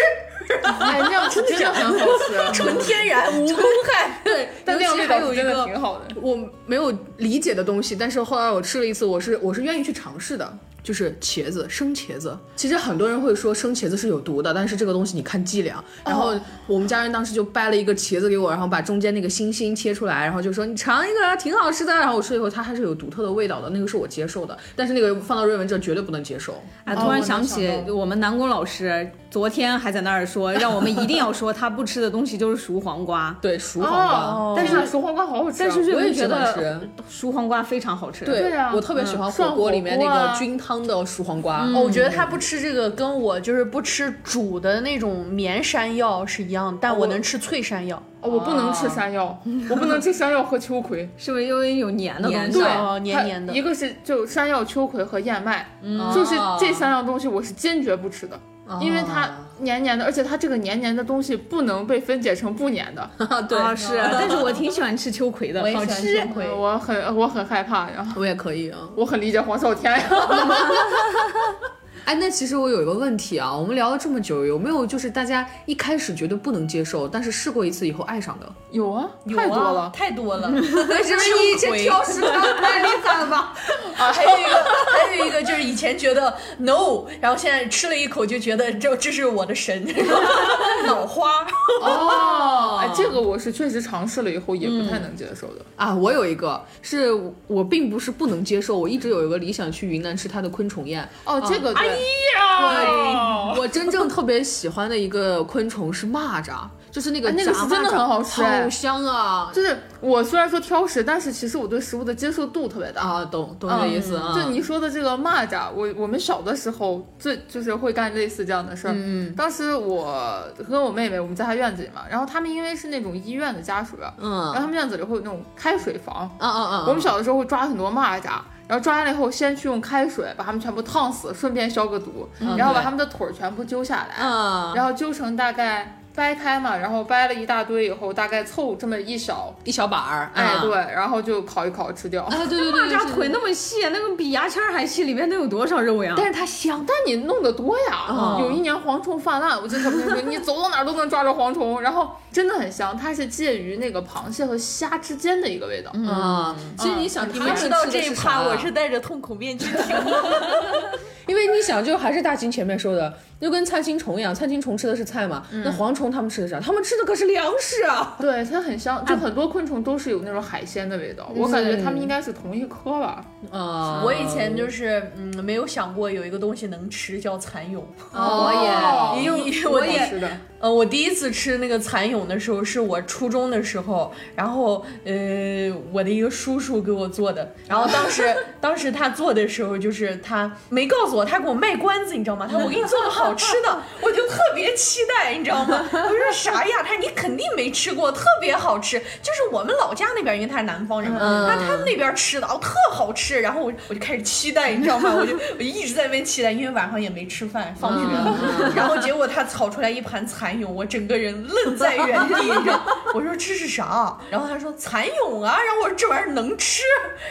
Speaker 5: 哎，那样吃真的很好吃。
Speaker 3: 纯天然无公害。对，
Speaker 5: 但那
Speaker 3: 尤
Speaker 5: 样
Speaker 3: 其
Speaker 5: 味
Speaker 3: 还
Speaker 5: 道
Speaker 3: 有一
Speaker 5: 真的
Speaker 3: 个
Speaker 5: 挺好的。
Speaker 3: 我没有理解的东西，但是后来我吃了一次，我是我是愿意去尝试的，就是茄子，生茄子。其实很多人会说生茄子是有毒的，但是这个东西你看剂量。然后我们家人当时就掰了一个茄子给我，然后把中间那个心心切出来，然后就说你尝一个啊，挺好吃的。然后我吃了以后，它还是有独特的味道的，那个是我接受的，但是那个放到瑞文这绝对不能接受。
Speaker 4: 啊，
Speaker 5: 哦
Speaker 4: 突
Speaker 5: 我
Speaker 4: 然
Speaker 5: 能
Speaker 4: 想
Speaker 5: 想
Speaker 4: 起
Speaker 5: 到
Speaker 4: 我们南宫老师昨天还在那儿说，让我们一定要说他不吃的东西就是熟黄瓜。
Speaker 3: 对，熟黄瓜。
Speaker 5: 哦但是说黄瓜好好吃啊，
Speaker 4: 但是瑞
Speaker 3: 我也
Speaker 4: 文
Speaker 3: 喜
Speaker 4: 觉
Speaker 3: 欢
Speaker 4: 得熟黄瓜非常好吃。
Speaker 3: 对
Speaker 5: 对啊
Speaker 3: 我特别喜欢
Speaker 5: 涮
Speaker 3: 火锅里面
Speaker 5: 火
Speaker 3: 那
Speaker 5: 锅啊
Speaker 3: 个菌汤的熟黄瓜。
Speaker 6: 哦，我觉得他不吃这个，跟我就是不吃煮的那种绵山药是一样，但哦我能吃脆山药。
Speaker 5: 哦我不能吃山药，我不能吃山药和秋葵。
Speaker 4: 是不是因为有黏的东
Speaker 3: 黏
Speaker 4: 西？
Speaker 5: 对，
Speaker 6: 哦黏
Speaker 5: 它
Speaker 6: 黏的
Speaker 5: 一个是就山药、秋葵和燕麦，就是这三样东西我是坚决不吃的，因为它黏黏的，而且它这个黏黏的东西不能被分解成不黏的，
Speaker 4: 对啊，是，但是我挺喜欢吃秋葵的，好吃。
Speaker 6: 吃葵
Speaker 5: 呃我很我很害怕呀，
Speaker 3: 我也可以啊。
Speaker 5: 我很理解黄少天呀，
Speaker 3: 哎，那其实我有一个问题啊，我们聊了这么久，有没有就是大家一开始觉得不能接受，但是试过一次以后爱上的？
Speaker 5: 有啊，太多了，
Speaker 6: 太多了。
Speaker 3: 是不是你这挑食狂太厉害了吧？
Speaker 6: 啊，还有一个，还有一个就是以前觉得 no，然后现在吃了一口就觉得这这是我的神，脑花。
Speaker 5: 哦，哎，这个我是确实尝试了以后也不太能接受的，
Speaker 3: 啊，我有一个，是我并不是不能接受，我一直有一个理想去云南吃它的昆虫宴。呃
Speaker 5: 哦，这个对，哦
Speaker 3: 我我真正特别喜欢的一个昆虫是蚂蚱，就是那个、
Speaker 5: 哎那个是真的很好吃哎
Speaker 3: 好香啊！
Speaker 5: 就是我虽然说挑食，但是其实我对食物的接受度特别大。
Speaker 3: 啊，懂懂你的意思啊？
Speaker 5: 嗯就你说的这个蚂蚱，我我们小的时候最就是会干类似这样的事儿。嗯当时我和我妹妹，我们在她院子里嘛，然后他们因为是那种医院的家属，嗯，然后
Speaker 3: 嗯
Speaker 5: 他们院子里会有那种开水房，
Speaker 3: 嗯嗯嗯，
Speaker 5: 我们小的时候会抓很多蚂蚱。然后抓完了以后，先去用开水把它们全部烫死，顺便消个毒，然后把它们的腿儿全部揪下来，
Speaker 3: 嗯
Speaker 5: 然后揪成大概掰开嘛，然后掰了一大堆以后，大概凑这么一小，
Speaker 3: 一小板儿，
Speaker 5: 哎
Speaker 3: 啊，
Speaker 5: 对，然后就烤一烤吃掉。
Speaker 3: 啊，对对对，
Speaker 4: 蚂
Speaker 3: 对
Speaker 4: 蚱腿那么细，那个比牙签儿还细，里面能有多少肉呀？
Speaker 5: 但是它香，但你弄得多呀。
Speaker 3: 嗯
Speaker 5: 有一年蝗虫泛滥，我记得特别清楚，你走到哪儿都能抓着蝗虫，然后真的很香，它是介于那个螃蟹和虾之间的一个味道。嗯
Speaker 6: 嗯
Speaker 3: 啊，其实你想，他们
Speaker 6: 知道
Speaker 3: 吃的
Speaker 6: 这
Speaker 3: 是
Speaker 6: 一趴，
Speaker 3: 啥
Speaker 6: 我是戴着痛 苦面具听的。嗯
Speaker 3: 因为你想，就还是大秦前面说的，就跟菜青虫一样，菜青虫吃的是菜嘛，那蝗虫虫他们吃的啥？他们吃的可是粮食 啊！
Speaker 5: 对，它很香，就很多昆虫都是有那种海鲜的味道。我
Speaker 3: 嗯
Speaker 5: 感觉它们应该是同一科吧。
Speaker 3: 啊
Speaker 6: 我以前就是嗯，没有想过有一个东西能吃，叫蚕蛹。哦
Speaker 3: 我哦也
Speaker 6: 因为我也
Speaker 5: 是的，
Speaker 6: 呃，我第一次吃那个蚕蛹的时候是我初中的时候，然后呃，我的一个叔叔给我做的，然后当 时当时他做的时候就是他没告诉我，他给我卖关子，你知道吗？他说我给你做个好吃 的，我就特别期待，你知道吗？我说啥呀？他说你肯定没吃过，特别好吃，就是我们老家那边，因为他是南方人嘛，那、他们那边吃的哦特好吃，然后我我就开始期待，你知道吗？我就我就一直在那边期待，因为晚上也没吃饭，放学了。然后结果他炒出来一盘蚕蛹，我整个人愣在原地，你知道？我说这是啥？然后他说蚕蛹啊，然后我说这玩意儿能吃，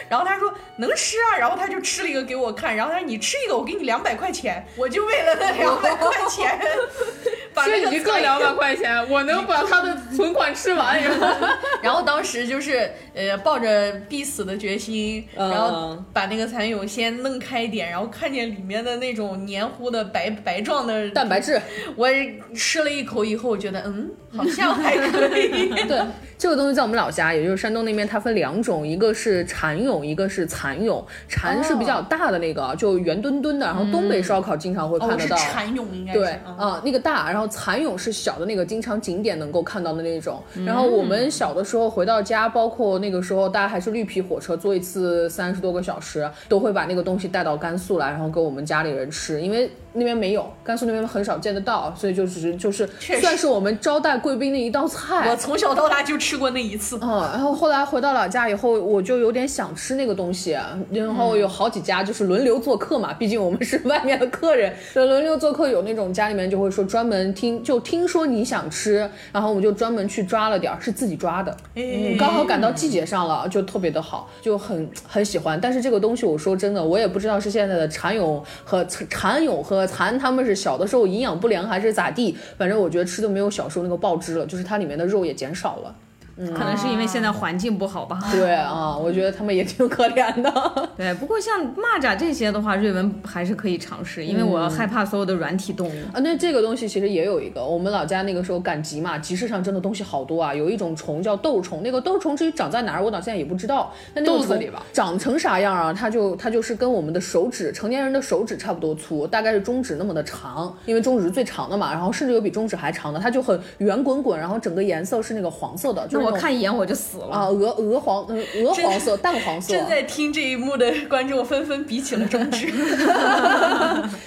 Speaker 6: 然后他说能吃啊，然后他就吃了一个给我看，然后他说你吃一个，我给你两百块钱，我就为了那两百块钱， 把
Speaker 5: 这
Speaker 6: 那
Speaker 5: 一
Speaker 6: 个
Speaker 5: 个
Speaker 6: 蚕
Speaker 5: 两
Speaker 6: 蛹
Speaker 5: 百块钱，我能把它的存款吃完。然后
Speaker 6: 然后当时就是呃抱着必死的决心，
Speaker 3: 嗯
Speaker 6: 然后把那个蚕蛹先弄开一点，然后看见里面的那种黏糊的白白状的，
Speaker 3: 蛋白质，
Speaker 6: 我吃了一口以后，我觉得嗯好像还可 以。
Speaker 3: 对这个东西在我们老家，也就是山东那边，它分两种，一个是蚕蛹，一个是蚕蛹。蚕是比较
Speaker 5: 哦
Speaker 3: 大的那个，就圆墩墩的，然后
Speaker 5: 嗯
Speaker 3: 东北烧烤经常会看
Speaker 6: 哦，
Speaker 3: 得
Speaker 6: 是
Speaker 3: 到。
Speaker 6: 蚕蛹应该是
Speaker 3: 对
Speaker 6: 啊，
Speaker 3: 啊，那个大，然后蚕蛹是小的那个，经常景点能够看到的那种。
Speaker 6: 嗯
Speaker 3: 然后我们小的时候回到家，包括那个时候大家还是绿皮火车，坐一次三十多个小时，都会把那个东西带到甘肃来，然后给我们家里人吃，因为那边没有，甘肃那边很少见得到，所以就只是就是
Speaker 6: 确实
Speaker 3: 算是我们招待贵宾的一道菜。
Speaker 6: 我从小到大就吃过那一次。
Speaker 3: 嗯，然后后来回到老家以后，我就有点想吃那个东西，然后有好几家就是轮流做客嘛，毕竟我们是外面的客人，就轮流做客。有那种家里面就会说专门听，就听说你想吃，然后我们就专门去抓了点儿，是自己抓的，嗯
Speaker 6: 哎
Speaker 3: 刚好赶到季节上了，就特别的好，就很很喜欢。但是这个东西，我说真的，我也不知道是现在的蚕蛹和蚕蛹和蚕他们是小的时候营养不良还是咋地，反正我觉得吃的没有小时候那个爆汁了，就是它里面的肉也减少了。
Speaker 4: 可能是因为现在环境不好吧。
Speaker 3: 对啊，我觉得他们也挺可怜的。
Speaker 4: 对，不过像蚂蚱这些的话，瑞文还是可以尝试，因为
Speaker 5: 嗯
Speaker 4: 我害怕所有的软体动物。
Speaker 3: 啊，那这个东西其实也有一个，我们老家那个时候赶集嘛，集市上真的东西好多啊。有一种虫叫豆虫，那个豆虫至于长在哪儿，我到现在也不知道。那那个
Speaker 5: 豆子
Speaker 3: 虫
Speaker 5: 里吧
Speaker 3: 长成啥样啊？它就它就是跟我们的手指，成年人的手指差不多粗，大概是中指那么的长，因为中指是最长的嘛。然后甚至有比中指还长的，它就很圆滚滚，然后整个颜色是那个黄色的，就是
Speaker 4: 那我
Speaker 3: 那种
Speaker 4: 看一眼我就死了。
Speaker 5: 哦
Speaker 3: 啊鹅鹅黄呃鹅黄色淡黄 色，
Speaker 6: 正在听这一幕的观众纷纷比起了中指，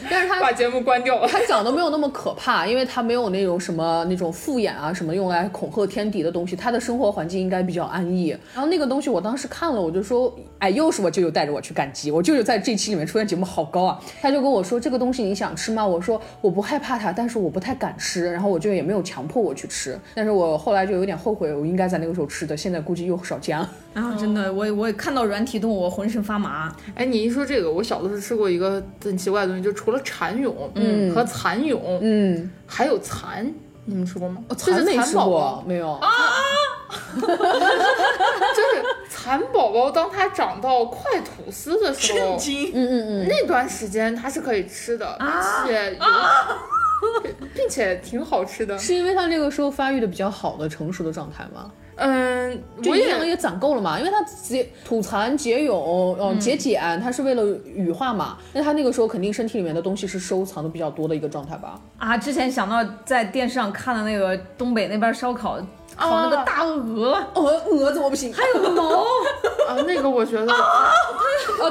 Speaker 3: 但是它
Speaker 5: 把节目关掉了。
Speaker 3: 它长得没有那么可怕，因为它没有那种什么那种复眼啊，什么用来恐吓天敌的东西。它的生活环境应该比较安逸。然后那个东西我当时看了，我就说，哎，又是我舅舅带着我去赶集。我舅舅在这期里面出现节目好高啊，他就跟我说这个东西你想吃吗？我说我不害怕它，但是我不太敢吃。然后我舅也没有强迫我去吃，但是我后来就有点后悔，我应该在那个时候吃的，现在估计又少见了。
Speaker 4: 然后啊真
Speaker 5: 哦
Speaker 4: 的，我我看到软体动物，我浑身发麻。
Speaker 5: 哎，你一说这个，我小的时候吃过一个很奇怪的东西，就除了蚕蛹，嗯，和蚕蛹，
Speaker 3: 嗯，哦
Speaker 5: 还有蚕，你们吃过吗？就
Speaker 3: 蚕
Speaker 5: 是
Speaker 3: 没
Speaker 5: 蚕
Speaker 3: 吃
Speaker 5: 宝宝
Speaker 3: 过，没有啊？
Speaker 5: 就是蚕宝宝，当它长到快吐丝的时候
Speaker 6: 震，惊！
Speaker 3: 嗯嗯嗯，
Speaker 5: 那段时间它是可以吃的，
Speaker 3: 啊
Speaker 5: 并且有，并且挺好吃的。
Speaker 3: 是因为它那个时候发育的比较好的成熟的状态吗？
Speaker 5: 嗯，
Speaker 3: 就
Speaker 5: 我
Speaker 3: 营养
Speaker 5: 也
Speaker 3: 也攒够了嘛，因为它解吐蚕解蛹，呃，解茧，它是为了羽化嘛。那它那个时候肯定身体里面的东西是收藏的比较多的一个状态吧？
Speaker 4: 啊，之前想到在电视上看的那个东北那边烧烤，烤
Speaker 5: 哦
Speaker 4: 那个大鹅，
Speaker 3: 鹅鹅怎么不行？还有
Speaker 4: 毛，
Speaker 5: 啊，那个我觉得
Speaker 3: 啊，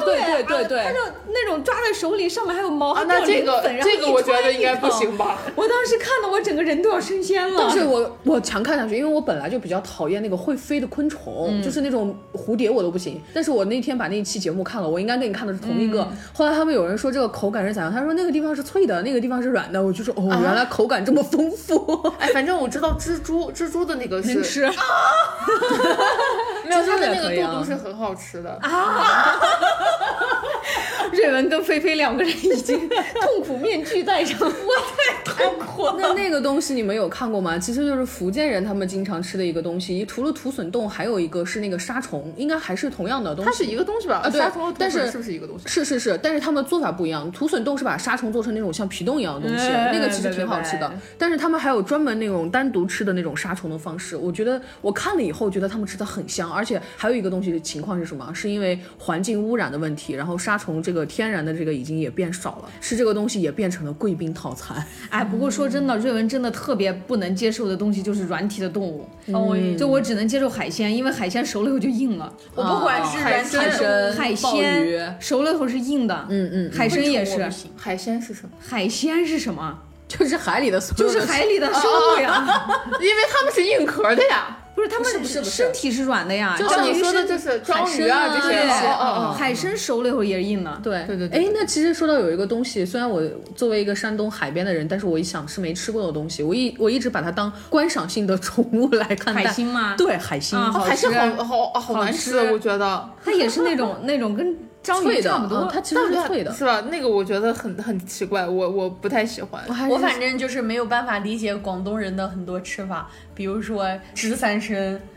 Speaker 3: 对对对
Speaker 4: 它
Speaker 3: 对
Speaker 4: 就，那种抓在手里，上面还有毛，
Speaker 5: 啊
Speaker 4: 还，
Speaker 5: 那
Speaker 4: 掉
Speaker 5: 这
Speaker 4: 磷
Speaker 5: 个
Speaker 4: 粉然后
Speaker 5: 这个
Speaker 4: 一
Speaker 5: 我觉
Speaker 4: 穿
Speaker 5: 得
Speaker 4: 一
Speaker 5: 应该不
Speaker 4: 套
Speaker 5: 行吧？
Speaker 4: 我当时看的我整个人都要升仙了。
Speaker 3: 但是我我强看上去，因为我本来就比较讨厌那个会飞的昆虫，就是那种蝴蝶我都不行。但是我那天把那一期节目看了，我应该跟你看的是同一个。后来他们有人说这个口感是怎样，他说那个地方是脆的，那个地方是软的，我就说哦，原来口感这么丰富。
Speaker 5: 哎，反正我知道蜘蛛，蜘蛛的那个 是
Speaker 3: 吃
Speaker 5: 没有它的
Speaker 3: 也
Speaker 5: 那
Speaker 3: 可
Speaker 5: 个
Speaker 3: 以啊啊
Speaker 5: 肚肚是很好吃的。
Speaker 4: 瑞文跟菲菲两个人已经痛苦面具戴上，我太痛
Speaker 3: 那那个东西你们有看过吗？其实就是福建人他们经常吃的一个东西，除了土笋冻，还有一个是那个沙虫，应该还是同样的东西。
Speaker 5: 它是一个东西吧？
Speaker 3: 啊对
Speaker 5: 沙虫和土
Speaker 3: 但
Speaker 5: 笋
Speaker 3: 是
Speaker 5: 是不是一个东西？
Speaker 3: 是是是，但是他们做法不一样。土笋冻是把沙虫做成那种像皮冻一样的东西，啊
Speaker 4: 哎
Speaker 3: 那个其实挺好吃的。但是他们还有专门那种单独吃的那种沙虫的方式。我觉得我看了以后觉得他们吃的很香，而且还有一个东西的情况是什么？是因为环境污染的问题，然后沙虫这个天然的这个已经也变少了，吃这个东西也变成了贵宾套餐。
Speaker 8: 哎，不过说真的，瑞文真的特别不能接受的东西就是软体的动物，就我只能接受海鲜，因为海鲜熟了以后就硬了。
Speaker 6: 我不管是
Speaker 3: 海
Speaker 6: 原
Speaker 3: 参
Speaker 6: 产
Speaker 3: 参
Speaker 8: 海
Speaker 3: 鲍鱼
Speaker 8: 鲜熟了以后是硬的，嗯嗯，海参也是。
Speaker 5: 海鲜是什么？
Speaker 8: 海鲜是什么？
Speaker 3: 就是海里的所
Speaker 8: 就
Speaker 3: 有的
Speaker 8: 是海里的生物呀，
Speaker 5: 因为它们是硬壳的呀。
Speaker 8: 不是他们身体是软的呀，
Speaker 5: 就
Speaker 8: 相
Speaker 5: 像
Speaker 8: 当于
Speaker 5: 你说的，
Speaker 8: 是
Speaker 5: 就是
Speaker 3: 海
Speaker 5: 章鱼
Speaker 3: 参
Speaker 5: 啊
Speaker 3: 啊
Speaker 5: 这些。
Speaker 8: 对
Speaker 5: 哦哦哦。
Speaker 8: 海参熟了以后也是硬的。
Speaker 3: 对
Speaker 5: 对对对
Speaker 3: 哎，那其实说到有一个东西，虽然我作为一个山东海边的人，但是我一想是没吃过的东西，我一我一直把它当观赏性的宠物来看待。
Speaker 8: 海星吗
Speaker 3: 对，海星。
Speaker 8: 啊好
Speaker 5: 哦还是
Speaker 8: 吃
Speaker 5: 好好好难吃，
Speaker 8: 吃
Speaker 5: 我觉得
Speaker 8: 它也是那种那种跟章
Speaker 3: 脆
Speaker 8: 鱼
Speaker 3: 的，
Speaker 8: 差不
Speaker 3: 嗯
Speaker 8: 多。
Speaker 3: 它其实是脆的。
Speaker 5: 是吧？那个我觉得很很奇怪，我我不太喜欢。
Speaker 3: 还
Speaker 6: 我
Speaker 3: 是
Speaker 6: 反正就是没有办法理解广东人的很多吃法，比如说直三参，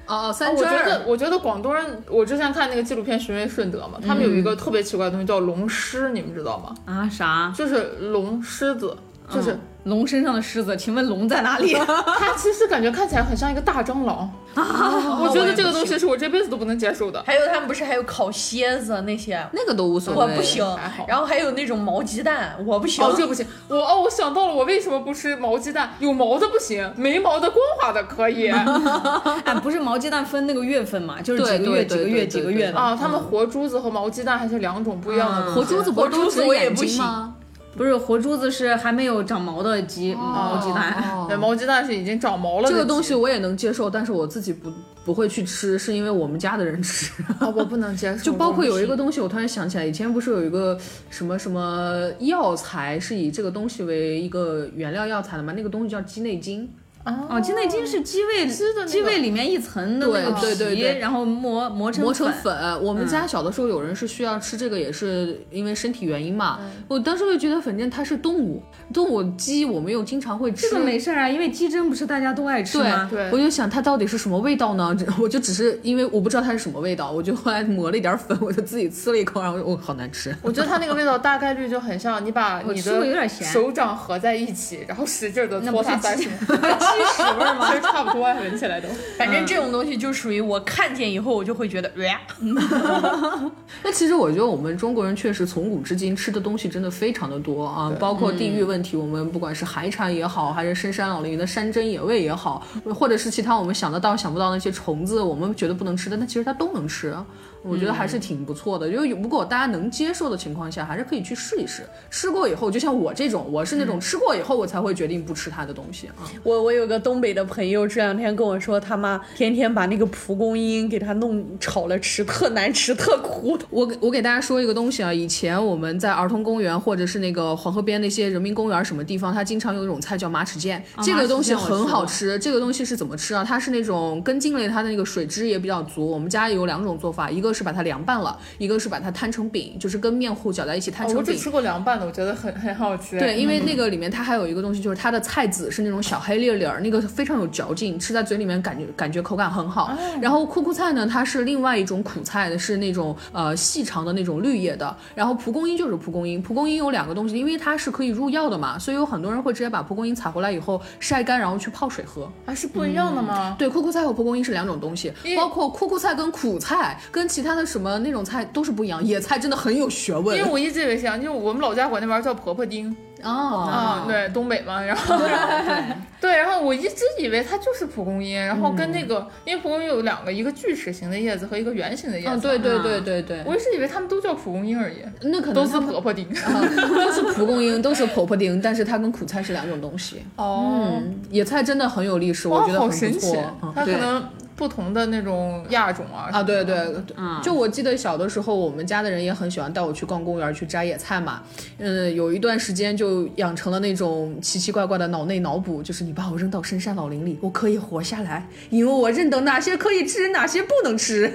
Speaker 3: 哦，三汁
Speaker 5: 我觉
Speaker 3: 儿
Speaker 5: 得，我觉得广东人，我之前看那个纪录片《寻味顺德》嘛，他们有一个特别奇怪的东西叫龙狮，你们知道吗？
Speaker 8: 啊啥？
Speaker 5: 就是龙狮子，就是
Speaker 8: 龙身上的狮子，请问龙在哪里？
Speaker 5: 它其实感觉看起来很像一个大蟑螂。
Speaker 3: 啊
Speaker 5: 我觉得这个东西是我这辈子都不能接受的。
Speaker 6: 还有他们不是还有烤蝎子啊那些，
Speaker 3: 那个都无所
Speaker 6: 我
Speaker 3: 谓。
Speaker 6: 不行
Speaker 5: 还好。
Speaker 6: 然后还有那种毛鸡蛋，我不行。
Speaker 5: 哦，这不行！我哦，我想到了，我为什么不吃毛鸡蛋？有毛的不行，没毛的光滑的 可以啊。
Speaker 8: 哎，不是毛鸡蛋分那个月份嘛，就是
Speaker 3: 对
Speaker 8: 几个月
Speaker 3: 对对
Speaker 8: 几个月
Speaker 3: 对对
Speaker 8: 几个月的。
Speaker 5: 他们活珠子和毛鸡蛋还是两种不一样的东西。
Speaker 3: 活珠子不是
Speaker 6: 珠子
Speaker 3: 指
Speaker 6: 我也
Speaker 3: 眼
Speaker 6: 不
Speaker 3: 睛
Speaker 6: 行
Speaker 3: 吗？
Speaker 8: 不是活珠子是还没有长毛的鸡
Speaker 4: 嗯
Speaker 8: 毛鸡蛋。
Speaker 3: 嗯
Speaker 5: 对，毛鸡蛋是已经长毛了的
Speaker 3: 这
Speaker 5: 鸡。
Speaker 3: 个东西我也能接受，但是我自己不不会去吃，是因为我们家的人吃。
Speaker 5: 啊，我不能接受。
Speaker 3: 就包括有一个东西，我突然想起来，以前不是有一个什么什么药材是以这个东西为一个原料药材的吗？那个东西叫鸡内金。
Speaker 8: 哦，鸡内金是鸡胃
Speaker 5: 的那个
Speaker 8: 鸡胃里面一层的那个皮，
Speaker 3: 对对对对
Speaker 8: 然后磨磨成
Speaker 3: 磨成
Speaker 8: 粉。嗯
Speaker 3: 粉，我们家小的时候有人是需要吃这个，也是因为身体原因嘛。
Speaker 8: 嗯
Speaker 3: 我当时就觉得，反正它是动物，动物鸡我们又经常会吃
Speaker 8: 这，个没事儿啊，因为鸡胗不是大家都爱吃
Speaker 3: 对
Speaker 8: 吗？
Speaker 5: 对
Speaker 3: 我就想它到底是什么味道呢？这我就只是因为我不知道它是什么味道，我就后来磨了一点粉，我就自己吃了一口，然后我就哦好难吃。
Speaker 5: 我觉得它那个味道大概率就很像你把你
Speaker 8: 吃过有
Speaker 5: 的
Speaker 8: 点咸
Speaker 5: 手掌合在一起，然后使劲的
Speaker 8: 那
Speaker 5: 搓
Speaker 8: 不
Speaker 5: 它
Speaker 8: 是
Speaker 5: 三
Speaker 8: 鸡
Speaker 5: 十秒，鸡屎味儿吗？其实 差不多，啊闻起来都。
Speaker 6: 反正这种东西就属于我看见以后我就会觉得，哎呀、
Speaker 3: 那其实我觉得我们中国人确实从古至今吃的东西真的非常的多啊，包括地域问题，我们不管是海产也好，还是深山老林的山珍野味也好，或者是其他我们想得到想不到那些虫子，我们觉得不能吃的，那其实它都能吃。啊我觉得还是挺不错的，就是如果大家能接受的情况下，还是可以去试一试。吃过以后，就像我这种，我是那种吃过以后我才会决定不吃它的东西啊。
Speaker 6: 我我有个东北的朋友，这两天跟我说，他妈天天把那个蒲公英给他弄炒了吃，特难吃，特苦。
Speaker 3: 我给我给大家说一个东西啊，以前我们在儿童公园或者是那个黄河边那些人民公园什么地方，它经常有一种菜叫马齿苋，
Speaker 5: 啊
Speaker 3: 这个东西很好吃。这个东西是怎么吃啊？它是那种根茎类，它的那个水汁也比较足。我们家有两种做法，一个是把它凉拌了，一个是把它摊成饼，就是跟面糊搅在一起摊
Speaker 5: 哦
Speaker 3: 成
Speaker 5: 我只
Speaker 3: 饼。
Speaker 5: 吃过凉拌的，我觉得很很好吃。
Speaker 3: 对，，因为那个里面它还有一个东西，就是它的菜籽是那种小黑粒粒儿，那个非常有嚼劲，吃在嘴里面感觉感觉口感很好。
Speaker 5: 哦
Speaker 3: 然后酷酷菜呢，它是另外一种苦菜，是那种呃细长的那种绿叶的。然后蒲公英就是蒲公英，蒲公英有两个东西，因为它是可以入药的嘛，所以有很多人会直接把蒲公英采回来以后晒干，然后去泡水喝。
Speaker 5: 啊是不一样的吗？
Speaker 3: 对，酷酷菜和蒲公英是两种东西，包括酷酷菜跟苦菜跟其他的什么那种菜都是不一样。野菜真的很有学问
Speaker 5: 因为我一直以为是这样，就是我们老家管那玩意儿叫婆婆丁
Speaker 3: 哦。
Speaker 5: 啊，对，东北嘛，然后 对，然后我一直以为它就是蒲公英，然后跟那个，因为蒲公英有两个，一个锯齿形的叶子和一个圆形的叶子，
Speaker 3: 嗯，对对对对对，
Speaker 5: 我一直以为它们都叫蒲公英而已，
Speaker 3: 那可能
Speaker 5: 都
Speaker 3: 他
Speaker 5: 是
Speaker 3: 们嗯
Speaker 5: 婆婆丁。
Speaker 3: 都是蒲公英，都是婆婆丁，但是它跟苦菜是两种东西。
Speaker 5: 哦，
Speaker 3: 嗯，野菜真的很有历史，我
Speaker 5: 哇，
Speaker 3: 觉得
Speaker 5: 哦好
Speaker 3: 很
Speaker 5: 神
Speaker 3: 不
Speaker 5: 奇
Speaker 3: 错。嗯，
Speaker 5: 它可
Speaker 3: 对
Speaker 5: 能不同的那种亚种啊
Speaker 3: 啊，对对，就我记得小的时候，我们家的人也很喜欢带我去逛公园去摘野菜嘛。嗯，有一段时间就养成了那种奇奇怪怪的脑内脑补，就是你把我扔到深山老林里，我可以活下来，因为我认得哪些可以吃，哪些不能吃。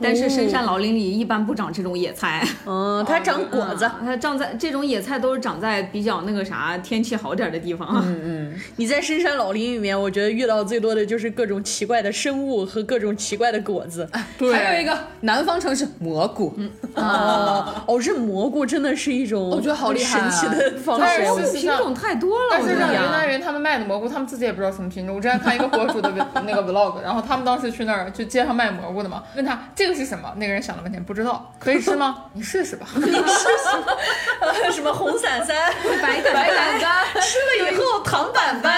Speaker 4: 但是深山老林里一般不长这种野菜，
Speaker 6: 嗯，它长果子。
Speaker 4: 它长在这种野菜都是长在比较那个啥天气好点儿的地方。
Speaker 6: 你在深山老林里面，我觉得遇到最多的就是各种奇怪的生物和各种奇怪的果 子。
Speaker 5: 对，
Speaker 3: 还有一个南方城市蘑菇，
Speaker 6: 啊，哦，这蘑菇真的是一种
Speaker 3: 我觉得好厉害啊
Speaker 6: 神奇的方
Speaker 5: 但
Speaker 6: 式。
Speaker 5: 是事实
Speaker 4: 品
Speaker 5: 上
Speaker 4: 种太多了，
Speaker 5: 但
Speaker 4: 我
Speaker 5: 是
Speaker 4: 觉
Speaker 5: 让
Speaker 4: 得
Speaker 5: 云南人他们卖的蘑菇，他们自己也不知道什么品种。我之前看一个博主的 那个 vlog，然后他们当时去那儿去街上卖蘑菇的嘛，问他这个是什么，那个人想了半天不知道，可以吃吗？你试试吧。
Speaker 6: 什么红伞伞，
Speaker 4: 白杆白杆，
Speaker 6: 吃了以后糖板板。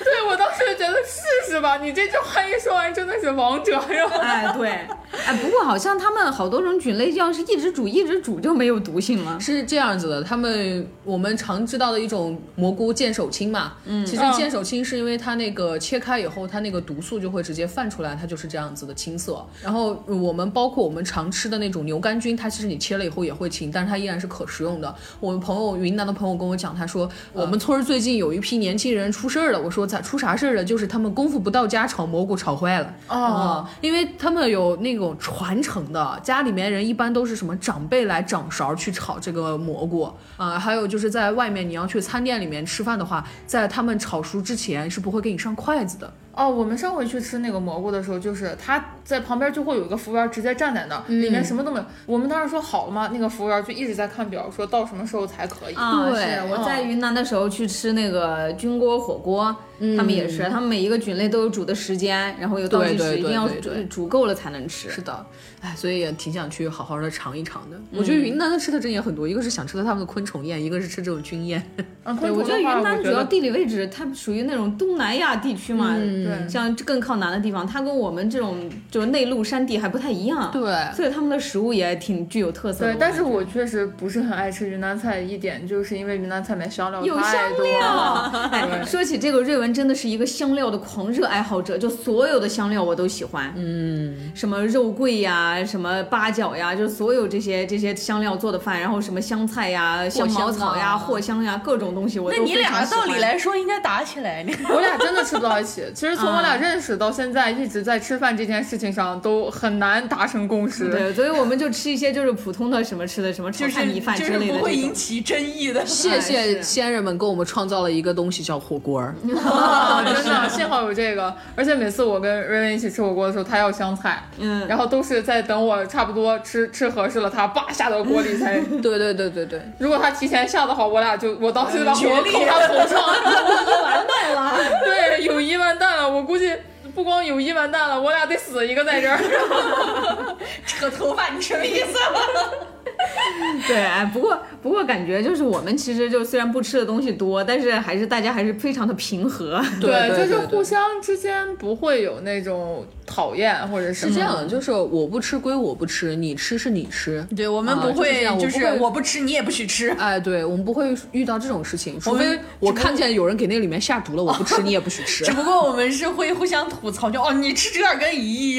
Speaker 5: 对我当时就觉得试试吧，你这句话一说完真的是王者呀。
Speaker 4: 哎对，哎不过好像他们好多种菌类，要是一直煮一直煮就没有毒性了。
Speaker 3: 是这样子的，他们我们常知道的一种蘑菇见手青嘛，嗯，其实见手青是因为它那个切开以后，它那个毒素就会直接泛出来，它就是这样子的青色。然后我们包括我们常吃的那种牛肝菌，它其实你切了以后也会青，但是它依然是可食用的。我们朋友云南的朋友跟我讲，他说我们村儿最近有一批年轻人出事儿了，我说咋出啥事儿了？就是他们功夫不到家炒蘑菇炒坏了。哦，因为他们有那种传承的，家里面人一般都是什么长辈来掌勺去炒这个蘑菇啊、还有就是在外面你要去餐店里面吃饭的话，在他们炒熟之前是不会给你上筷子的。
Speaker 5: 哦，我们上回去吃那个蘑菇的时候，就是他在旁边就会有一个服务员直接站在那儿，里
Speaker 4: 嗯
Speaker 5: 面什么都没有。我们当时说好了吗？那个服务员就一直在看表，说到什么时候才可以。
Speaker 4: 啊，
Speaker 3: 对
Speaker 4: 是我
Speaker 5: 嗯
Speaker 4: 在云南的时候去吃那个菌锅火锅，他们也是，他们每一个菌类都有煮的时间，然后有倒
Speaker 3: 对
Speaker 4: 计
Speaker 3: 对
Speaker 4: 时，一定
Speaker 3: 对
Speaker 4: 要
Speaker 3: 对
Speaker 4: 煮
Speaker 3: 对
Speaker 4: 煮够了才能吃。
Speaker 3: 是的，哎，所以也挺想去好好的尝一尝的。我觉得云南的吃的真也很多，一个是想吃到他们的昆虫宴，一个是吃这种菌宴。
Speaker 5: 嗯，
Speaker 4: 对，
Speaker 5: 昆
Speaker 4: 我
Speaker 5: 虫
Speaker 4: 觉得
Speaker 5: 的话
Speaker 4: 云南
Speaker 5: 我
Speaker 4: 主
Speaker 5: 觉
Speaker 4: 要
Speaker 5: 得
Speaker 4: 地理位置，它属于那种东南亚地区嘛，嗯
Speaker 5: 对
Speaker 4: 像更靠南的地方，它跟我们这种就是内陆山地还不太一样。
Speaker 3: 对
Speaker 4: 所以他们的食物也挺具有特色的。
Speaker 5: 对，但是我确实不是很爱吃云南菜，一点就是因为云南菜里面香料
Speaker 4: 有
Speaker 5: 太
Speaker 4: 香
Speaker 5: 多
Speaker 4: 料
Speaker 5: 了。，
Speaker 4: 哎，说起这个，瑞文真的是一个香料的狂热爱好者，就所有的香料我都喜欢，嗯，什么肉桂呀，什么八角呀，就所有这些这些香料做的饭，然后什么香菜呀、香茅草呀、藿香呀，各种东西我都
Speaker 6: 啊那你
Speaker 4: 非常
Speaker 6: 俩
Speaker 4: 喜
Speaker 6: 道
Speaker 4: 欢
Speaker 6: 理，来说应该打起来，你
Speaker 5: 我俩真的吃不到一起。其实从
Speaker 4: 啊
Speaker 5: 我俩认识到现在，一直在吃饭这件事情上都很难达成共识。
Speaker 4: 对，所以我们就吃一些就是普通的什么吃的什么炒
Speaker 6: 就是
Speaker 4: 菜米饭
Speaker 6: 就
Speaker 4: 之
Speaker 6: 是
Speaker 4: 类的
Speaker 6: 不
Speaker 4: 这
Speaker 6: 会
Speaker 4: 种哎
Speaker 6: 引。起争议的。
Speaker 4: 啊
Speaker 3: 谢谢先人们给我们创造了一个东西叫火锅儿。
Speaker 5: 啊，真的，幸好有这个。而且每次我跟瑞文一起吃火锅的时候，他要香菜，
Speaker 4: 嗯
Speaker 5: 然后都是在等我差不多吃吃合适了，他叭下到锅里才。
Speaker 3: 对对对对对。
Speaker 5: 如果他提前下的好，我俩就我当时就把火扣他头上，
Speaker 4: 完蛋了，
Speaker 5: 对，友谊完蛋了。我估计不光友谊完蛋了，我俩得死一个在这儿。
Speaker 6: 扯头发，你什么意思？
Speaker 4: 对，哎，不过不过感觉就是我们其实就虽然不吃的东西多，但是还是大家还是非常的平和。
Speaker 3: 对对
Speaker 5: 就是
Speaker 3: 对
Speaker 5: 互相之间不会有那种讨厌或者什
Speaker 3: 是
Speaker 5: 么
Speaker 3: 这样的，就是我不吃归我不吃，你吃是你吃。
Speaker 6: 对我们
Speaker 3: 啊
Speaker 6: 不
Speaker 3: 就是这
Speaker 6: 会
Speaker 3: 样，
Speaker 6: 就
Speaker 3: 我不
Speaker 6: 是
Speaker 3: 会
Speaker 6: 我不吃，你也不许吃。
Speaker 3: 哎，对我们不会遇到这种事情，除非
Speaker 6: 们
Speaker 3: 我看见有人给那里面下毒了，我不吃，你也不许吃
Speaker 6: 只。不过我们是会互相吐槽，就哦，你吃这个跟咦，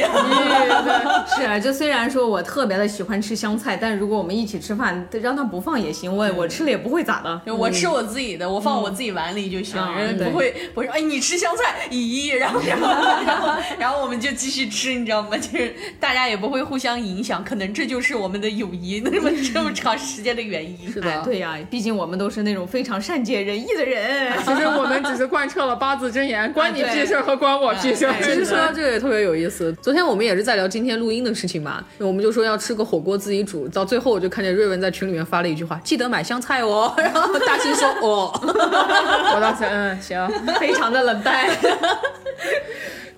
Speaker 4: 是啊，就虽然说我特别的喜欢吃香菜，但如果我们一起吃饭，让他不放也行，我我吃了也不会咋的。
Speaker 6: 我吃我自己的，我放我自己碗里就行，
Speaker 4: 嗯
Speaker 6: 人
Speaker 4: 对
Speaker 6: 不会我说哎你吃香菜咦， 然后然后然后然后我们就继续吃，你知道吗？就是大家也不会互相影响，可能这就是我们的友谊那么这么长时间的 原因。啊
Speaker 3: 是
Speaker 4: 哎
Speaker 3: 的，
Speaker 4: 对呀、毕竟我们都是那种非常善解人意的人。
Speaker 5: 其实我们只是贯彻了八字真言：关你屁事儿和关我屁事儿。
Speaker 3: 其实说到这个也特别有意思。昨天我们也是在聊今天录音的事情嘛，我们就说要吃个火锅自己煮，到最后我就看见瑞文在群里面发了一句话：“记得买香菜 哦。”然后大兴说：“哦。
Speaker 5: 我当时嗯行，
Speaker 4: 非常的冷淡，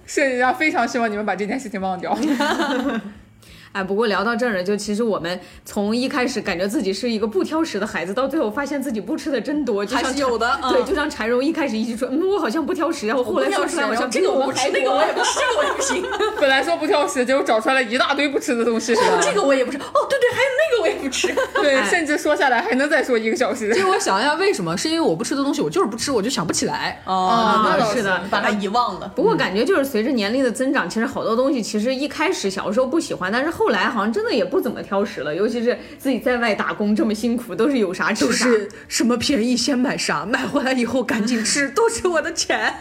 Speaker 5: 是人家非常希望你们把这件事情忘掉。
Speaker 4: 哎，不过聊到这儿了，就其实我们从一开始感觉自己是一个不挑食的孩子，到最后发现自己不吃的真多，就像
Speaker 3: 还是有的
Speaker 4: 柴对，就像柴荣一开始一直说，嗯，我好像不挑食，然后后来说出来，好像
Speaker 6: 这个我不吃，
Speaker 4: 还
Speaker 6: 那个我也不吃，这个我也不行，
Speaker 5: 本来说不挑食，结果找出来了一大堆不吃的东西，
Speaker 6: 这个我也不吃。哦，对对，还有那个我也不吃。
Speaker 4: 哎
Speaker 5: 对，甚至说下来还能再说一个小时
Speaker 3: 其。实我想了一下，为什么？是因为我不吃的东西，我就是不吃，我就想不起来。
Speaker 5: 啊那倒
Speaker 4: 嗯是的，
Speaker 6: 把它遗忘了。
Speaker 4: 不过感觉就是随着年龄的增长，其实好多东西其实一开始小时候不喜欢，但是后来好像真的也不怎么挑食了。尤其是自己在外打工这么辛苦，都是有啥吃啥。
Speaker 3: 就是什么便宜先买啥，买回来以后赶紧吃，都是我的 钱。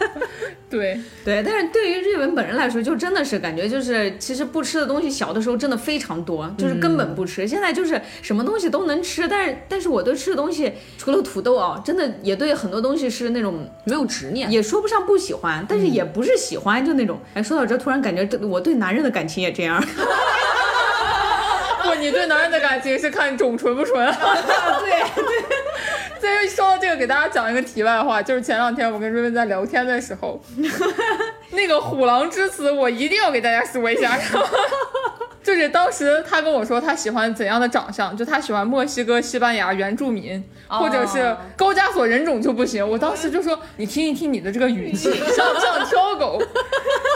Speaker 5: 对，
Speaker 4: 对，但是对于瑞文本人来说，就真的是感觉就是其实不吃的东西，小的时候真的非常多，就是根
Speaker 6: 嗯
Speaker 4: 本不吃。现在就是什么东西都能吃，但是但是我对吃的东西，除了土豆啊，真的也对很多东西是那种
Speaker 3: 没有执念，
Speaker 4: 也说不上不喜欢，但是
Speaker 6: 嗯
Speaker 4: 也不是喜欢，就那种。哎，说到这，突然感觉对我对男人的感情也这 样。
Speaker 5: 不，你对男人的感情是看种纯不纯。
Speaker 4: 对，
Speaker 5: 再说到这个，给大家讲一个题外话，就是前两天我跟瑞文在聊天的时 候，那个虎狼之词，我一定要给大家说一下。 就是当时他跟我说他喜欢怎样的长相，就他喜欢墨西哥、西班牙原住民，
Speaker 4: 哦
Speaker 5: 或者是高加索人种就不行。我当时就说你听一听你的这个语气， 像不像挑狗？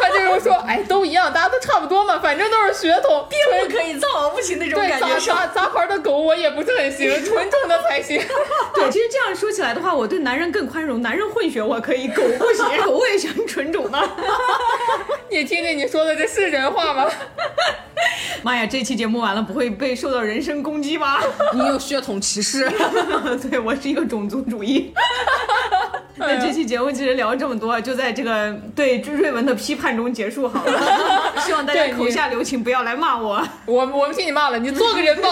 Speaker 5: 他就是说，哎，都一样，大家都差不多嘛，反正都是血统，
Speaker 6: 不可以造不行那种
Speaker 5: 对
Speaker 6: 感
Speaker 5: 杂
Speaker 6: 觉上。
Speaker 5: 杂杂牌的狗我也不是很行， 纯种的才行。
Speaker 4: 对，其实这样说起来的话，我对男人更宽容，男人混血我可以，狗不 行，狗我也喜欢纯种的。
Speaker 5: 你听听你说的这是人话吗？
Speaker 4: 妈呀，这期节目完了不会被受到人身攻击吧？
Speaker 3: 你有血统歧视。
Speaker 4: 对我是一个种族主 义。那
Speaker 5: 哎
Speaker 4: 这期节目其实聊了这么多，就在这个对瑞文的批判中结束好 了。希望大家
Speaker 5: 对你
Speaker 4: 口下留情，不要来骂我。
Speaker 5: 我们我们替你骂了，你做个人 吧。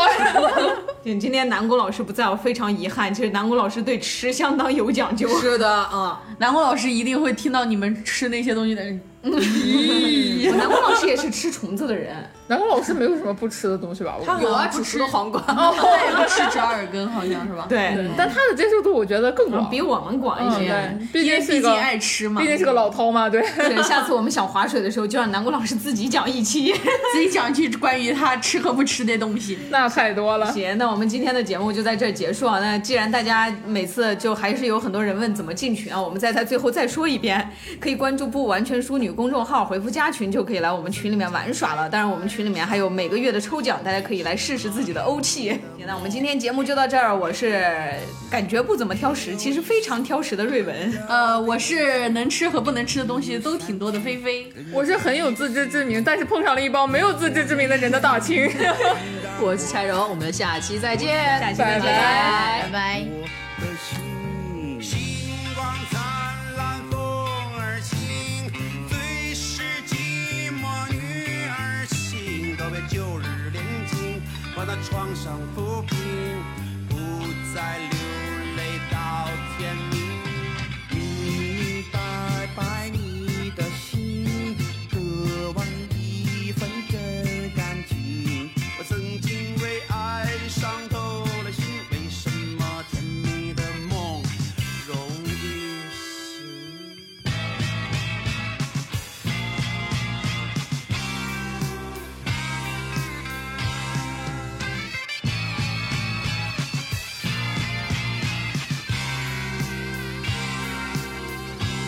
Speaker 4: 对今天南宫老师不在，我非常遗憾。其实南宫老师对吃相当有讲究。
Speaker 3: 是的啊，
Speaker 6: 南宫老师一定会听到你们吃那些东西的人。
Speaker 4: 我 南宫老师也是吃虫子的人，
Speaker 5: 南宫老师没有什么不吃的东西吧？我
Speaker 3: 有啊，只吃个黄瓜。
Speaker 6: 他哦也不吃折耳根，好像
Speaker 5: 嗯
Speaker 6: 是吧？
Speaker 4: 对，
Speaker 5: 但他的接受度我觉得更广，
Speaker 4: 比我们广一
Speaker 5: 嗯
Speaker 4: 些。
Speaker 5: 对，毕竟是一
Speaker 6: 毕
Speaker 5: 个
Speaker 6: 竟爱吃嘛
Speaker 5: 毕，竟是个老饕嘛， 对。
Speaker 4: 对，下次我们想划水的时候，就让南宫老师自己讲一期。
Speaker 6: 自己讲一句关于他吃和不吃的东西。
Speaker 5: 那太多 了，
Speaker 4: 行，那我们今天的节目就在这儿结束啊。那既然大家每次就还是有很多人问怎么进群啊，我们再在最后再说一遍，可以关注“不完全淑女”公众号，回复“加群”就可以来我们群里面玩耍了。当然，我们群里面还有每个月的抽奖，大家可以来试试自己的欧气。行，那我们今天节目就到这儿，我是感觉不怎么挑食，其实非常挑食的瑞文。
Speaker 6: 呃，我是能吃和不能吃的东西都挺多的菲菲。
Speaker 5: 我是很有自知之明，但是碰上了一帮没有自知之明的人的大清。
Speaker 3: 我是柴荣，我们下期再见。
Speaker 4: 下期再
Speaker 5: 拜
Speaker 4: 见。
Speaker 5: 拜
Speaker 6: 拜拜。
Speaker 9: 我的心，星光灿烂，风儿轻，最是寂寞女儿心。告别旧日恋情，把那创伤抚平，不再流泪到天明。你白白你的心，渴望一份真感情。我曾经为爱伤透了心，为什么甜蜜的梦容易醒？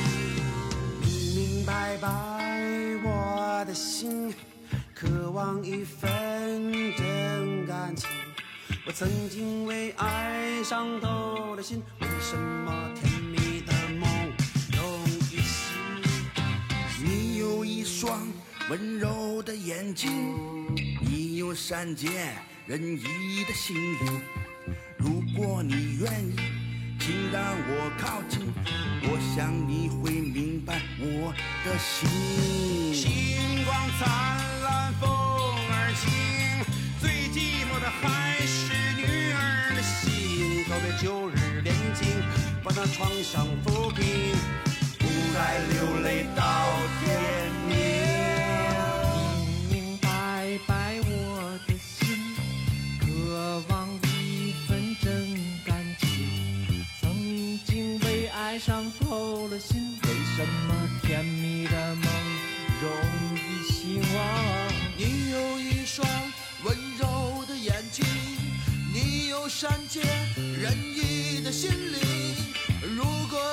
Speaker 9: 明明白白我的心，渴望一份真感情。我曾经为爱伤透了心，为什么甜蜜的梦容易醒？你有一双温柔的眼睛，你有善解人意的心灵。如果你愿意，请让我靠近，我想你会明白我的心。星光灿烂，风儿轻，最寂寞的还是女儿的心。告别旧日恋情，把那创伤抚平，不再流泪到天明。明明白白我的心。渴望一份真感情，曾经为爱伤透了心，为什么甜蜜的梦容易醒？你有一双善解人意的心灵。如果